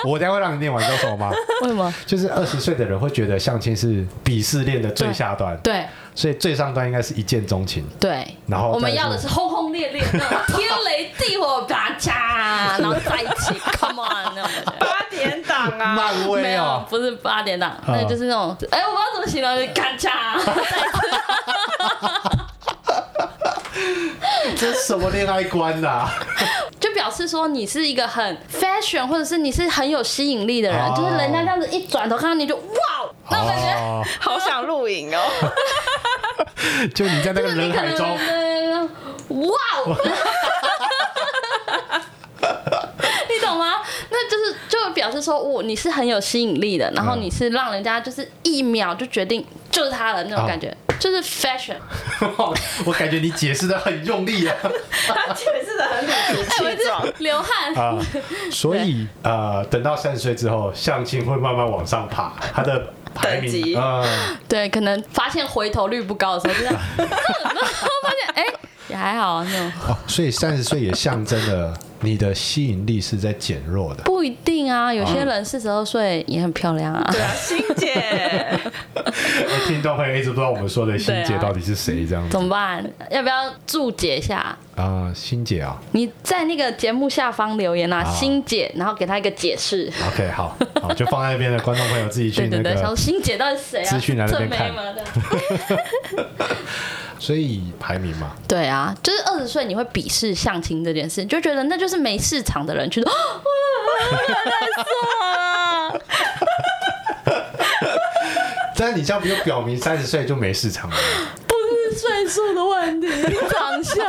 Speaker 2: 我等一下会让你念完这首吗？
Speaker 1: 为什么？
Speaker 2: 就是二十岁的人会觉得相亲是鄙视链的最下 端，
Speaker 1: 对
Speaker 2: 所以最上端应该是一见钟情。
Speaker 1: 对，
Speaker 2: 然后
Speaker 1: 我们
Speaker 2: 再
Speaker 1: 要的是轰轰烈 烈，那种天雷地火，啪嚓，然后在一 起，Come on，那种感觉。
Speaker 3: 八点档啊，
Speaker 2: 漫
Speaker 1: 没
Speaker 2: 威
Speaker 1: 有
Speaker 2: 哦，，嗯
Speaker 1: 不是八点档，那个就是那种，哎，我不知道怎么形容，就是咔 嚓。
Speaker 2: 这是什么恋爱观啊呐、
Speaker 1: 就表示说你是一个很 fashion，或者是你是很有吸引力的人，
Speaker 2: 哦
Speaker 1: 就是人家这样子一转头看到你就哇，那种感觉。
Speaker 2: 哦，
Speaker 3: 好想录影哦。
Speaker 2: 就你在那个
Speaker 1: 就是
Speaker 2: 人
Speaker 1: 你可
Speaker 2: 海
Speaker 1: 能
Speaker 2: 中，
Speaker 1: 哇哦！ 你懂吗？那就是就表示说，我你是很有吸引力的，然后
Speaker 2: 嗯
Speaker 1: 你是让人家就是一秒就决定就是他了那种感觉，就是 fashion。
Speaker 2: 我感觉你解释的很用力啊。
Speaker 3: 他解释的很理直
Speaker 1: 哎，我一
Speaker 3: 气
Speaker 1: 直
Speaker 3: 壮。
Speaker 1: 流汗。
Speaker 2: 啊，所以呃，等到三十岁之后，相亲会慢慢往上爬，他的排
Speaker 3: 等级
Speaker 2: 名啊、
Speaker 1: 对，可能发现回头率不高的时候，就这 样，然后发现哎也还好啊那种。
Speaker 2: 哦所以三十岁也象征了你的吸引力是在减弱的。
Speaker 1: 不一定啊，有些人四十二岁也很漂亮啊。
Speaker 3: 对啊，欣姐，
Speaker 2: 哎听众朋友一直不知道我们说的欣姐
Speaker 1: 对啊
Speaker 2: 到底是谁，这样子
Speaker 1: 怎么办？要不要注解一下？
Speaker 2: 啊，欣姐啊
Speaker 1: 你在那个节目下方留言啊，
Speaker 2: 好
Speaker 1: 欣姐，然后给她一个解释。
Speaker 2: ，OK，好，好，就放在那边的观众朋友自己去
Speaker 1: 对
Speaker 2: 那
Speaker 1: 对对，想
Speaker 2: 个
Speaker 1: 说。欣姐到底是谁啊？
Speaker 2: 资讯栏那
Speaker 1: 正
Speaker 2: 边
Speaker 1: 妹
Speaker 2: 看
Speaker 1: 吗？这样
Speaker 2: 所以排名嘛，
Speaker 1: 对啊，就是二十岁你会鄙视相亲这件事，就觉得那就是没市场的人 去做。
Speaker 2: 但你这样不就表明三十岁就没市 场了吗？
Speaker 1: 是岁数的问题，长 相。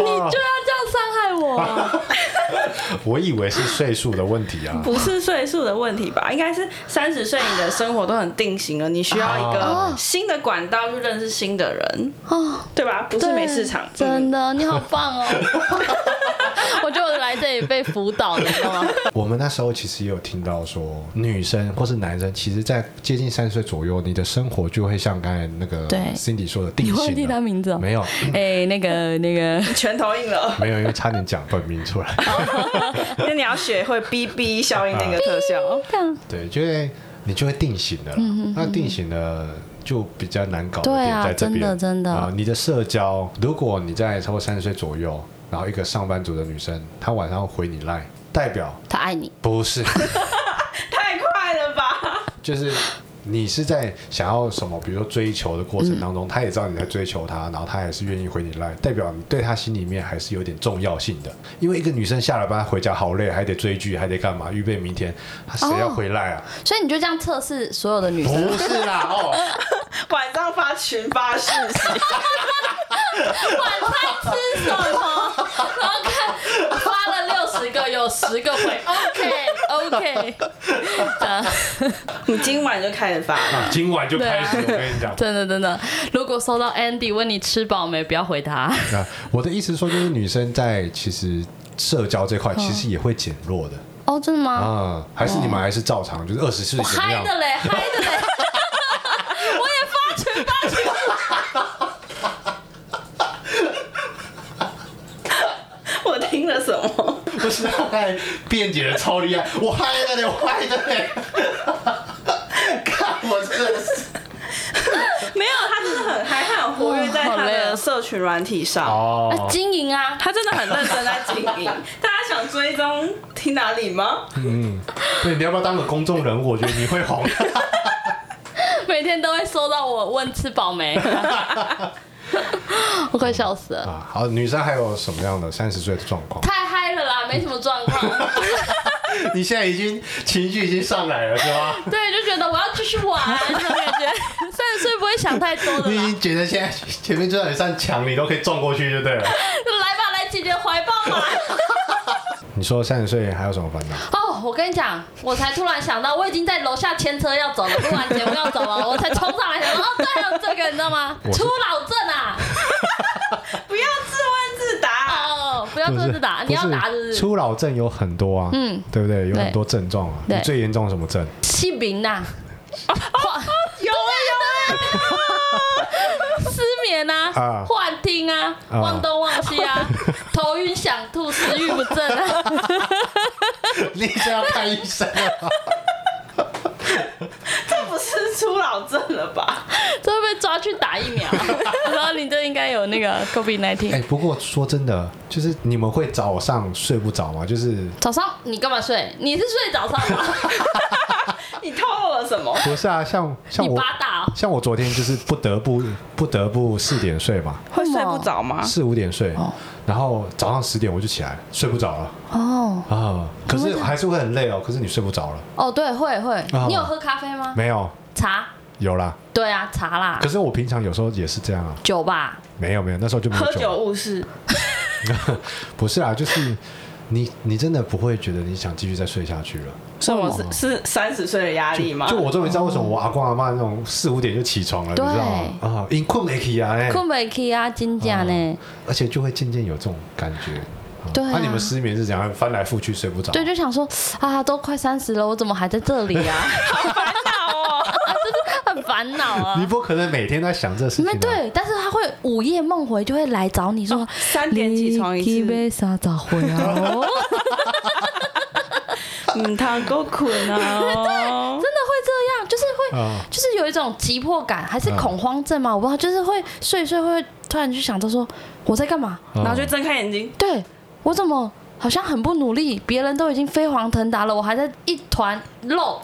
Speaker 2: 你
Speaker 1: 就要这样伤害我、
Speaker 2: 我以为是岁数的问题啊。
Speaker 3: 不是岁数的问题吧？应该是三十岁，你的生活都很定型了，你需要一
Speaker 2: 哦
Speaker 3: 个新的管道去认识新的人，
Speaker 1: 哦！
Speaker 3: 对吧？不是没市场，
Speaker 1: 对真
Speaker 3: 的。
Speaker 1: 的，你好棒哦！ 我觉得我来这里被辅导了，你知道 吗？
Speaker 2: 我们那时候其实也有听到说，女生或是男生，其实在接近三十岁左右，你的生活就会像刚才那个
Speaker 1: 对
Speaker 2: Cindy 说的定
Speaker 1: 你
Speaker 2: 型了。
Speaker 1: 忘记他名字哦
Speaker 2: 没有，
Speaker 1: 哎、那个那个，
Speaker 3: 全投影了，
Speaker 2: 没有，因为差点讲本名出来。
Speaker 3: 那你要学会 B B 效应那个特效，
Speaker 2: 对，就会你就会定型的了。
Speaker 1: 嗯
Speaker 2: 那定型了就比较难搞一
Speaker 1: 对
Speaker 2: 点，
Speaker 1: 啊
Speaker 2: 在这边
Speaker 1: 真的真的
Speaker 2: 啊，你的社交，如果你在超过三十岁左右，然后一个上班族的女生，她晚上回你赖，代表
Speaker 1: 他爱你，
Speaker 2: 不是，
Speaker 3: 太快了吧？
Speaker 2: 就是。你是在想要什么？比如说追求的过程
Speaker 1: 嗯
Speaker 2: 当中，她也知道你在追求她，然后她还是愿意回你赖，代表你对她心里面还是有点重要性的。因为一个女生下了班回家好累，还得追剧，还得干嘛，预备明天，她谁要
Speaker 1: 哦
Speaker 2: 回赖啊？
Speaker 1: 所以你就这样测试所有的女生。
Speaker 2: 不是啦，哦，
Speaker 3: 晚上发群发讯息，
Speaker 1: 晚餐吃什么？然后看发了六十个，有十个回 OK OK，
Speaker 3: 你今晚就开始发了，
Speaker 2: 啊今晚就开始，我跟你讲。
Speaker 1: 真的真的。如果收到 Andy 问你吃饱没，不要回他。
Speaker 2: 那我的意思说，就是女生在其实社交这块其实也会减弱的
Speaker 1: 哦，真的吗？
Speaker 2: 啊，还是你们还是照常，就是二十岁
Speaker 1: 我
Speaker 2: 怎哦么
Speaker 1: 嗨
Speaker 2: 样？
Speaker 1: 的嘞，嗨的嘞。我也发群发群，
Speaker 3: 我听了什么？
Speaker 2: 不是，我刚才辩解的超厉害，我嗨的嘞，我嗨的嘞， 看我真的是
Speaker 3: 没有，他真的很还很活跃在
Speaker 1: 哇好
Speaker 3: 他
Speaker 1: 累
Speaker 3: 的
Speaker 1: 哦
Speaker 3: 社群软体上。
Speaker 1: 啊
Speaker 2: 哦，
Speaker 1: 经营啊，
Speaker 3: 他真的很认真在经营。大家想追踪听哪里吗？
Speaker 2: 对，你要不要当个公众人物？我觉得你会红。
Speaker 1: 每天都会收到我问吃饱没， 我快笑死了。
Speaker 2: 啊，好，女生还有什么样的三十岁的状况？
Speaker 1: 太嗨了啦，没什么状况。
Speaker 2: 你现在已经情绪已经上来了，是吗？
Speaker 1: 对，就觉得我要继续玩那种感 觉。三十岁不会想太多的
Speaker 2: 你已
Speaker 1: 啦，
Speaker 2: 经觉得现在前面就算有一扇墙，你都可以撞过去，就对 了。
Speaker 1: 就来吧，来姐姐怀抱嘛。
Speaker 2: 你说三十岁还有什么烦恼？
Speaker 1: 哦，我跟你讲，我才突然想到，我已经在楼下牵车要走了，录完节目要走 了，我才冲上来想说，哦，对了，这个你知道吗？
Speaker 2: 我 是
Speaker 1: 出老症 啊！
Speaker 3: 不要自问自答。
Speaker 1: 哦，不要
Speaker 2: 不
Speaker 1: 说
Speaker 2: 是
Speaker 1: 是打，你要打是不是？
Speaker 2: 初老症有很多啊，嗯，对不对？有很多症状啊。
Speaker 1: 对
Speaker 2: 你最严重什么症？
Speaker 1: 气病 呐，
Speaker 3: 有啊
Speaker 1: 失眠呐
Speaker 2: 啊，
Speaker 1: 幻听啊，
Speaker 2: 啊
Speaker 1: 忘东忘西 啊，头晕想吐，食欲不振啊。
Speaker 2: 你这要看医生啊？
Speaker 3: 有，这不是初老症了吧？
Speaker 1: 这会被抓去打疫 苗，然后你就应该有那个 COVID
Speaker 2: 哎，
Speaker 1: nineteen。
Speaker 2: 不过说真的，就是你们会早上睡不着吗？就是
Speaker 1: 早上你干嘛睡？你是睡早上吗？
Speaker 3: 你透露了什么？
Speaker 2: 不是啊？像像
Speaker 1: 你
Speaker 2: 我
Speaker 1: 八大哦
Speaker 2: 像我昨天就是不得不不得不四点睡嘛，
Speaker 3: 会睡不着
Speaker 1: 啊
Speaker 3: 吗？
Speaker 2: 四五点睡，然后早上十点我就起来了，睡不着了
Speaker 1: 哦
Speaker 2: 啊。可是还是会很累哦。可是你睡不着了？
Speaker 1: 哦，对，会会
Speaker 2: 啊。
Speaker 1: 你有喝咖啡吗？
Speaker 2: 没有，
Speaker 1: 茶。
Speaker 2: 有啦。
Speaker 1: 对啊，茶啦
Speaker 2: 可，是我平常有时候也是这样啊。
Speaker 1: 酒吧。
Speaker 2: 没有没有，那时候就没有
Speaker 3: 喝
Speaker 2: 酒
Speaker 3: 酒误事，
Speaker 2: 不是啊，就是你你真的不会觉得你想继续再睡下去了。
Speaker 3: 什么是是三十岁的压力吗？
Speaker 2: 就我终于知道为什么我阿公阿妈那种四五点就起床了，你知
Speaker 1: 对
Speaker 2: 道吗？啊，因困没起啊，哎，
Speaker 1: 困不起啊，真假呢？
Speaker 2: 而且就会渐渐有这种感觉。
Speaker 1: 对啊
Speaker 2: 那、你们失眠是怎样翻来覆去睡不着？
Speaker 1: 对，就想说啊，都快三十了，我怎么还在这里啊？
Speaker 3: 好烦恼哦。
Speaker 1: 啊，就是很烦恼
Speaker 2: 你
Speaker 1: 啊。
Speaker 2: 不可能每天在想这事情、啊。
Speaker 1: 没，对，但是他会午夜梦回，就会来找你说
Speaker 3: 三点起床一次
Speaker 1: 你去买三十回啊，
Speaker 3: 嗯，他够困啊
Speaker 1: 真。的会这样，就是会，
Speaker 2: 啊
Speaker 1: 就是有一种急迫感，还是
Speaker 2: 嗯
Speaker 1: 恐慌症嘛？我不知道，就是会睡一睡会突然就想到说我在干嘛？
Speaker 2: 嗯
Speaker 3: 然后就睁开眼睛，
Speaker 1: 对我怎么好像很不努力？别人都已经飞黄腾达了，我还在一团肉，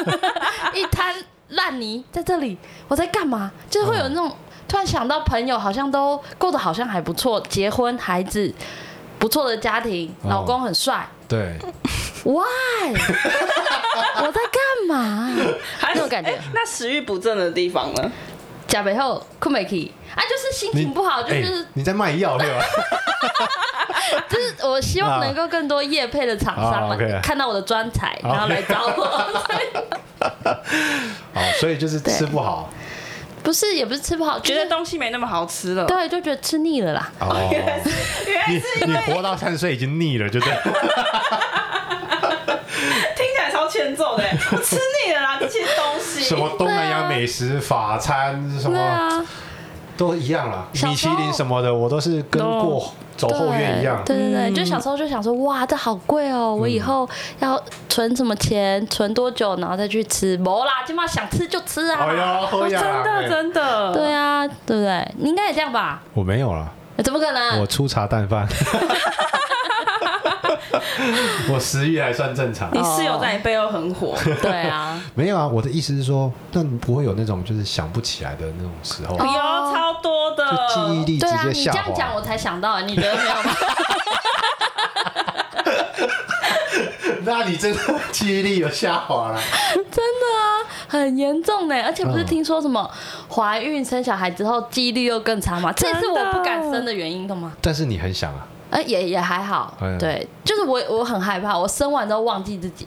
Speaker 1: 一滩烂泥在这里，我在干嘛？就是会有那种、突然想到朋友好像都过得好像还不错，结婚、孩子，不错的家庭，
Speaker 2: 哦
Speaker 1: 老公很帅。
Speaker 2: 对，
Speaker 1: Why？我在干嘛？
Speaker 3: 还
Speaker 1: 那种感觉
Speaker 3: 哎那食欲不振的地方呢？
Speaker 1: 假背后困没起啊，就是心情不好，就
Speaker 2: 哎
Speaker 1: 是
Speaker 2: 你在卖 药对吧？
Speaker 1: 就是我希望能够更多业配的厂商
Speaker 2: 啊，OK
Speaker 1: 来看到我的专才，
Speaker 2: 好
Speaker 1: 然后来找我。所以
Speaker 2: 好，哦所以就是吃不好。
Speaker 1: 不是，也不是吃不好，
Speaker 3: 觉
Speaker 1: 就
Speaker 3: 得
Speaker 1: 是
Speaker 3: 东西没那么好吃了。
Speaker 1: 对，就觉得吃腻了啦。
Speaker 2: 哦，
Speaker 3: 原来
Speaker 2: 你
Speaker 3: 是
Speaker 2: 你活到三十岁已经腻了，就 对。
Speaker 1: 啊
Speaker 3: 听起来超欠揍的，我吃腻了啦，这些东西。
Speaker 2: 什么东南亚美食、法餐什
Speaker 1: 对
Speaker 2: 么。
Speaker 1: 啊，
Speaker 2: 都一样啦，
Speaker 1: 小
Speaker 2: 米
Speaker 1: 时
Speaker 2: 其
Speaker 1: 候
Speaker 2: 林什么的，我都是跟过走后院一样。嗯
Speaker 1: 对对对，
Speaker 3: 嗯
Speaker 1: 就小时候就想说，哇，这好贵哦，我以后要存什么钱，存多久，然后再去吃。没啦，今晚想吃就吃
Speaker 2: 哎
Speaker 1: 啊。
Speaker 2: 呦，后
Speaker 3: 哦
Speaker 2: 院
Speaker 3: 真的真的。
Speaker 1: 对啊，对不对？你应该也这样吧？
Speaker 2: 哎我没有啦，
Speaker 1: 怎么可
Speaker 2: 我
Speaker 1: 能？
Speaker 2: 粗茶 淡饭，我食欲还算正常。
Speaker 3: 你室友在你背后很火，
Speaker 1: 对 啊，
Speaker 2: 没有啊，我的意思是说，那你不会有那种就是想不起来的那种时候，
Speaker 3: 有超多的。
Speaker 2: 就记忆力
Speaker 1: 哦对
Speaker 2: 直
Speaker 1: 啊，
Speaker 2: 接
Speaker 1: 你
Speaker 2: 下
Speaker 1: 这样讲
Speaker 2: 滑
Speaker 1: 我。才想到，你觉得没有吗？
Speaker 2: 那你真的记忆力有下滑了。
Speaker 1: 真的啊，很严重呢。而且
Speaker 2: 嗯
Speaker 1: 不是听说什么怀孕生小孩之后记忆力又更差吗？这也是我不敢生的原因，懂吗？
Speaker 2: 但是你很想啊，
Speaker 1: 呃，也也还好
Speaker 2: 哎呀，
Speaker 1: 对，就是我我很害怕，我生完之后忘记自己，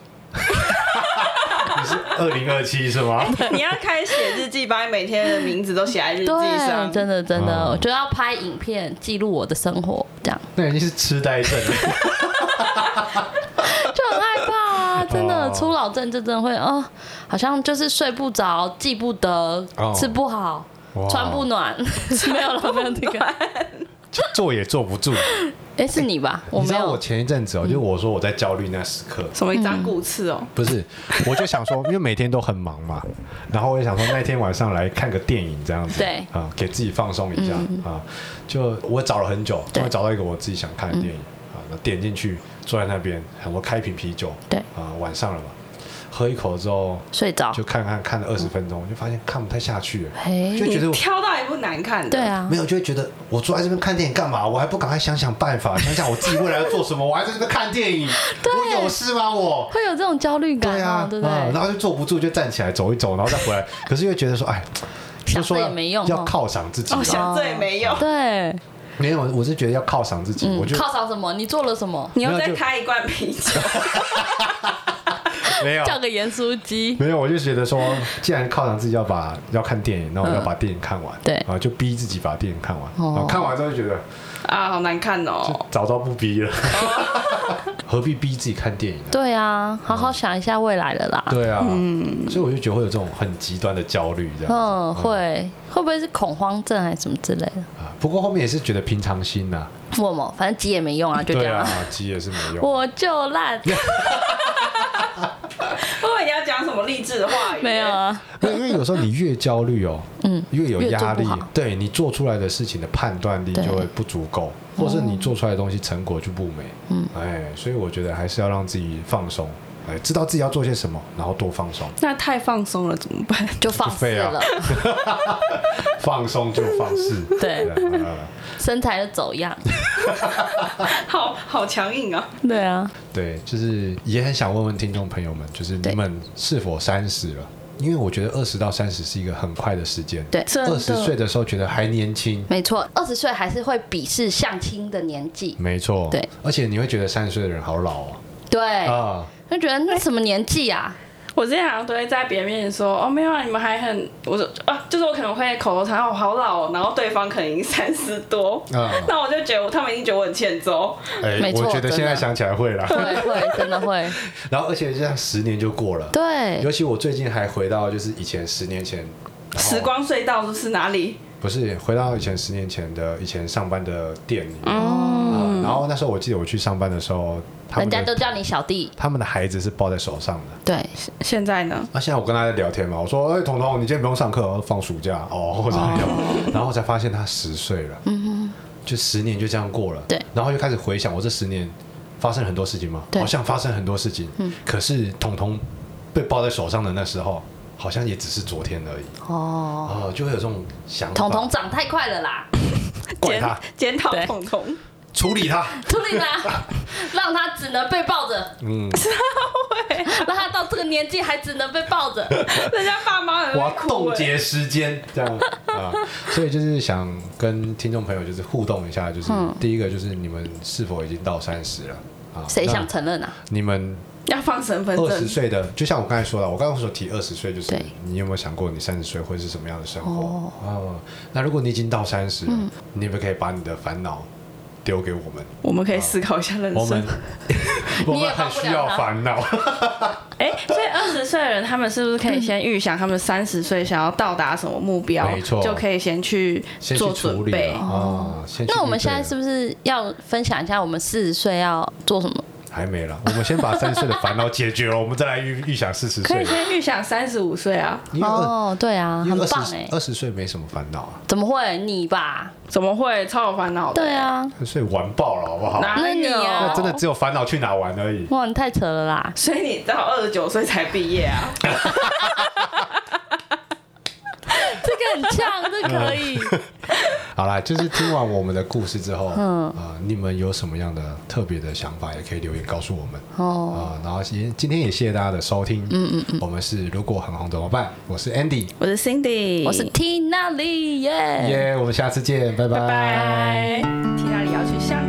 Speaker 2: 二零二七是
Speaker 1: 哎
Speaker 2: 吗？
Speaker 3: 你要开始写日记，把你每天的名字都写在日记上。
Speaker 1: 对，真的真的，
Speaker 2: 嗯
Speaker 1: 我就要拍影片记录我的生活，这样
Speaker 2: 那已经是痴呆症了。
Speaker 1: 就很害怕啊，真的
Speaker 2: 哦
Speaker 1: 初老症就真的会哦，好像就是睡不着，记不得
Speaker 2: 哦，
Speaker 1: 吃不好
Speaker 2: 哇。
Speaker 1: 穿 不暖，没有了，没有这个。
Speaker 2: 坐也坐不住。
Speaker 1: 哎，是你吧？我
Speaker 2: 你知
Speaker 1: 没
Speaker 2: 道
Speaker 1: 有嗯
Speaker 2: 我。前一阵子哦，就是我说我在焦虑那时刻，
Speaker 3: 什么一张骨刺哦？
Speaker 2: 不是，我就 想说，因为每天都很忙嘛，然后我也想说那天晚上来看个电影这样子，
Speaker 1: 对嗯
Speaker 2: 啊，给自己放松一下啊。就我找了很久，
Speaker 1: 对嗯
Speaker 2: 终于找到一个我自己想看的电影啊，那点进去坐在那边，想说开一瓶啤酒，
Speaker 1: 对
Speaker 2: 啊，晚上了嘛，喝一口之后
Speaker 1: 睡着
Speaker 2: 就看看看了二十分钟，就发现看不太下去了，
Speaker 1: 哎
Speaker 2: 就嗯觉得
Speaker 3: 你
Speaker 2: 我
Speaker 3: 挑到一部难看的。
Speaker 1: 对。啊
Speaker 2: 没，有，就会觉得我坐在这边看电影干嘛？我还不赶快想想办 法，想想我自己未来要做什么？我还在这边看电影，我有事吗？我。
Speaker 1: 会有这种焦虑感
Speaker 2: 对
Speaker 1: 哦
Speaker 2: 啊，，
Speaker 1: 对不对
Speaker 2: 嗯？然后就坐不住，就站起来走一走，然后再回 来。可是又觉得说，哎，就
Speaker 1: 想
Speaker 2: 说
Speaker 1: 着也
Speaker 2: 要
Speaker 1: 没用哦
Speaker 2: 要犒赏自己
Speaker 3: 哦，
Speaker 2: 嘛。
Speaker 3: 想这也没用。
Speaker 1: 对，
Speaker 2: 没有，我是觉得要犒赏自己，我就
Speaker 1: 犒嗯赏什么？你做了什么？
Speaker 3: 你又
Speaker 2: 没有
Speaker 3: 再
Speaker 2: 就
Speaker 3: 开一罐啤酒，
Speaker 2: 没有啊
Speaker 1: 叫个盐酥鸡。
Speaker 2: 没有，我就觉得说，既然犒赏自己要把要看电影，那我要把电影看完，
Speaker 1: 嗯对
Speaker 2: 然后就逼自己把电影看完，
Speaker 1: 哦
Speaker 2: 然后看完之后就觉得
Speaker 3: 啊，好难看哦。
Speaker 2: 早知道不逼 了， 何必逼自己看电影呢？
Speaker 1: 对啊，好好想一下未来的啦。
Speaker 2: 对啊，所以我就觉得会有这种很极端的焦虑这样子。
Speaker 1: 嗯，会会不会是恐慌症还是什么之类的？
Speaker 2: 啊不过后面也是觉得平常心呐，
Speaker 1: 我嘛，反正急也没用啊，就这
Speaker 2: 对
Speaker 1: 样
Speaker 2: 啊
Speaker 1: 啊。，
Speaker 2: 急也是没用。
Speaker 1: 我就 烂，
Speaker 3: 会不哦会你要讲什么励志的话语？
Speaker 1: 没有啊。
Speaker 2: 因为因为有时候你越焦虑哦，嗯，越有
Speaker 1: 越做
Speaker 2: 压
Speaker 1: 不
Speaker 2: 力
Speaker 1: 好，
Speaker 2: 对你做出来的事情的判断力
Speaker 1: 对嗯
Speaker 2: 就会不足够，或是你做出来的东西成果就不美。嗯，哎，所以我觉得还是要让自己放松，哎，知道自己要做些什么，然后多放松，
Speaker 3: 那太放松了怎么办？
Speaker 1: 就放肆
Speaker 2: 废啊
Speaker 1: 了，
Speaker 2: 放松就放肆。
Speaker 1: 对
Speaker 2: 啊
Speaker 1: 身材就走样。
Speaker 3: 好好强硬啊！
Speaker 1: 对啊，
Speaker 2: 对，就是也很想问问听众朋友们，就是
Speaker 1: 对
Speaker 2: 你们是否三十了？因为我觉得二十到三十是一个很快的时间。
Speaker 1: 对
Speaker 3: 真的
Speaker 2: 二十岁的时候觉得还年轻，
Speaker 1: 没错，二十岁还是会鄙视相亲的年纪。
Speaker 2: 没错。
Speaker 1: 对，哎
Speaker 2: 而且你会觉得三十岁的人好老哦。
Speaker 1: 对，
Speaker 2: 啊，
Speaker 1: 就觉得那什么年纪啊？
Speaker 3: 我之前好像都会在别人面前说，哦，没有啊，你们还很，我说啊，就是我可能会口头禅，哦，好老、哦，然后对方可能已经三十多，
Speaker 2: 嗯
Speaker 3: 那我就觉得他们已经觉得我很欠揍，
Speaker 2: 哎、
Speaker 1: 没错
Speaker 2: 我觉得现在
Speaker 1: 真的
Speaker 2: 想起来会啦。
Speaker 1: 会会，真的会。
Speaker 2: 然后，而且这样十年就过了。
Speaker 1: 对
Speaker 2: 尤，其我最近还回到就是以前十年前，然后
Speaker 3: 时光隧道是是哪里？
Speaker 2: 不是回到以前十年前的以前上班的店里面。
Speaker 1: 嗯
Speaker 2: 啊然后那时候我记得我去上班的时候，他
Speaker 1: 人
Speaker 2: 们
Speaker 1: 家都
Speaker 2: 的
Speaker 1: 叫你小弟。
Speaker 2: 他们的孩子是抱在手上的。
Speaker 1: 对，
Speaker 3: 现在呢？
Speaker 2: 那、现在我跟他在聊天嘛，我说：“哎、彤彤，你今天不用上课哦，放暑假哦。” 我怎么样？然后我才发现他十岁了，就十年就这样过了。
Speaker 1: 对，
Speaker 2: 然后就开始回想我这十年发生了很多事情嘛，
Speaker 1: 对嗯
Speaker 2: 好像发生很多事情。可是彤彤被抱在手上的那时候，好像也只是昨天而已。
Speaker 1: 哦，
Speaker 2: 哦、就会有这种想法，
Speaker 1: 彤彤长太快了 啦，
Speaker 2: 怪他，
Speaker 3: 检讨
Speaker 1: 对
Speaker 3: 彤彤，
Speaker 2: 处理 他。
Speaker 1: 处理啦，让他只能被抱着，
Speaker 2: 嗯，
Speaker 1: 让他到这个年纪还只能被抱着。
Speaker 3: 人家爸妈很
Speaker 2: 我要
Speaker 3: 会哭
Speaker 2: 冻
Speaker 3: 哎、
Speaker 2: 结时间，这样啊，所以就是想跟听众朋友就是互动一下，就是、
Speaker 1: 嗯
Speaker 2: 第一个就是你们是否已经到三十了啊？
Speaker 1: 谁想
Speaker 2: 那
Speaker 1: 承认啊？
Speaker 2: 你们
Speaker 3: 要放身份
Speaker 2: 二十
Speaker 3: 证，
Speaker 2: 岁的，就像我刚才说的，我刚刚所提二十岁，就是
Speaker 1: 对
Speaker 2: 你有没有想过你三十岁会是什么样的生活
Speaker 1: 哦？嗯
Speaker 2: 哦、那如果你已经到三十、了，你可不可以把你的烦恼丢给我 们？
Speaker 3: 我们可以思考一下人
Speaker 2: 我们
Speaker 3: 生。
Speaker 2: 我
Speaker 1: 你也
Speaker 2: 们很
Speaker 1: 帮不
Speaker 2: 需
Speaker 1: 了
Speaker 2: 要
Speaker 1: 他
Speaker 2: 烦恼。
Speaker 3: 哎、所以二十岁的人，他们是不是可以先预想他们三十岁想要到达什么目标？
Speaker 2: 没错
Speaker 3: 就可以先去
Speaker 2: 先去
Speaker 3: 做
Speaker 2: 处
Speaker 3: 准
Speaker 2: 理
Speaker 3: 备
Speaker 2: 了。啊！先去
Speaker 1: 哦那我们
Speaker 2: 面对
Speaker 1: 现在
Speaker 2: 了
Speaker 1: 是不是要分享一下我们四十岁要做什么？
Speaker 2: 还没了，我们先把三十岁的烦恼解决了， 我们再来预预想四十
Speaker 3: 可
Speaker 2: 岁
Speaker 3: 以。先预想三十五岁啊？
Speaker 2: 因为二
Speaker 1: 哦，对啊，
Speaker 2: 因
Speaker 1: 很
Speaker 2: 为
Speaker 1: 棒
Speaker 2: 二十呃
Speaker 1: 哎，
Speaker 2: 二十岁没什么烦恼啊，
Speaker 1: 怎么会你吧？
Speaker 3: 怎么会超有烦恼的？
Speaker 1: 对，啊，
Speaker 2: 所以玩爆了好不好？
Speaker 3: 哪
Speaker 1: 那你
Speaker 3: 有？
Speaker 1: 啊
Speaker 2: 那真的只有烦恼去哪玩而已。
Speaker 1: 哇，你太扯了啦！
Speaker 3: 所以你到二十九岁才毕业啊？
Speaker 1: 这个很呛，这可 以。
Speaker 2: 好啦，就是听完我们的故事之后， 嗯啊，你们有什么样的特别的想法，也可以留言告诉我们
Speaker 1: 哦，
Speaker 2: 啊。然后也今天也谢谢大家的收听，嗯嗯嗯，我们是如果很红怎么办？我是 Andy，
Speaker 3: 我是 Cindy，
Speaker 1: 我是 Tina Lee 耶。
Speaker 2: 耶，我们下次见，拜
Speaker 3: 拜拜。提哪里要去相
Speaker 1: 哦 啊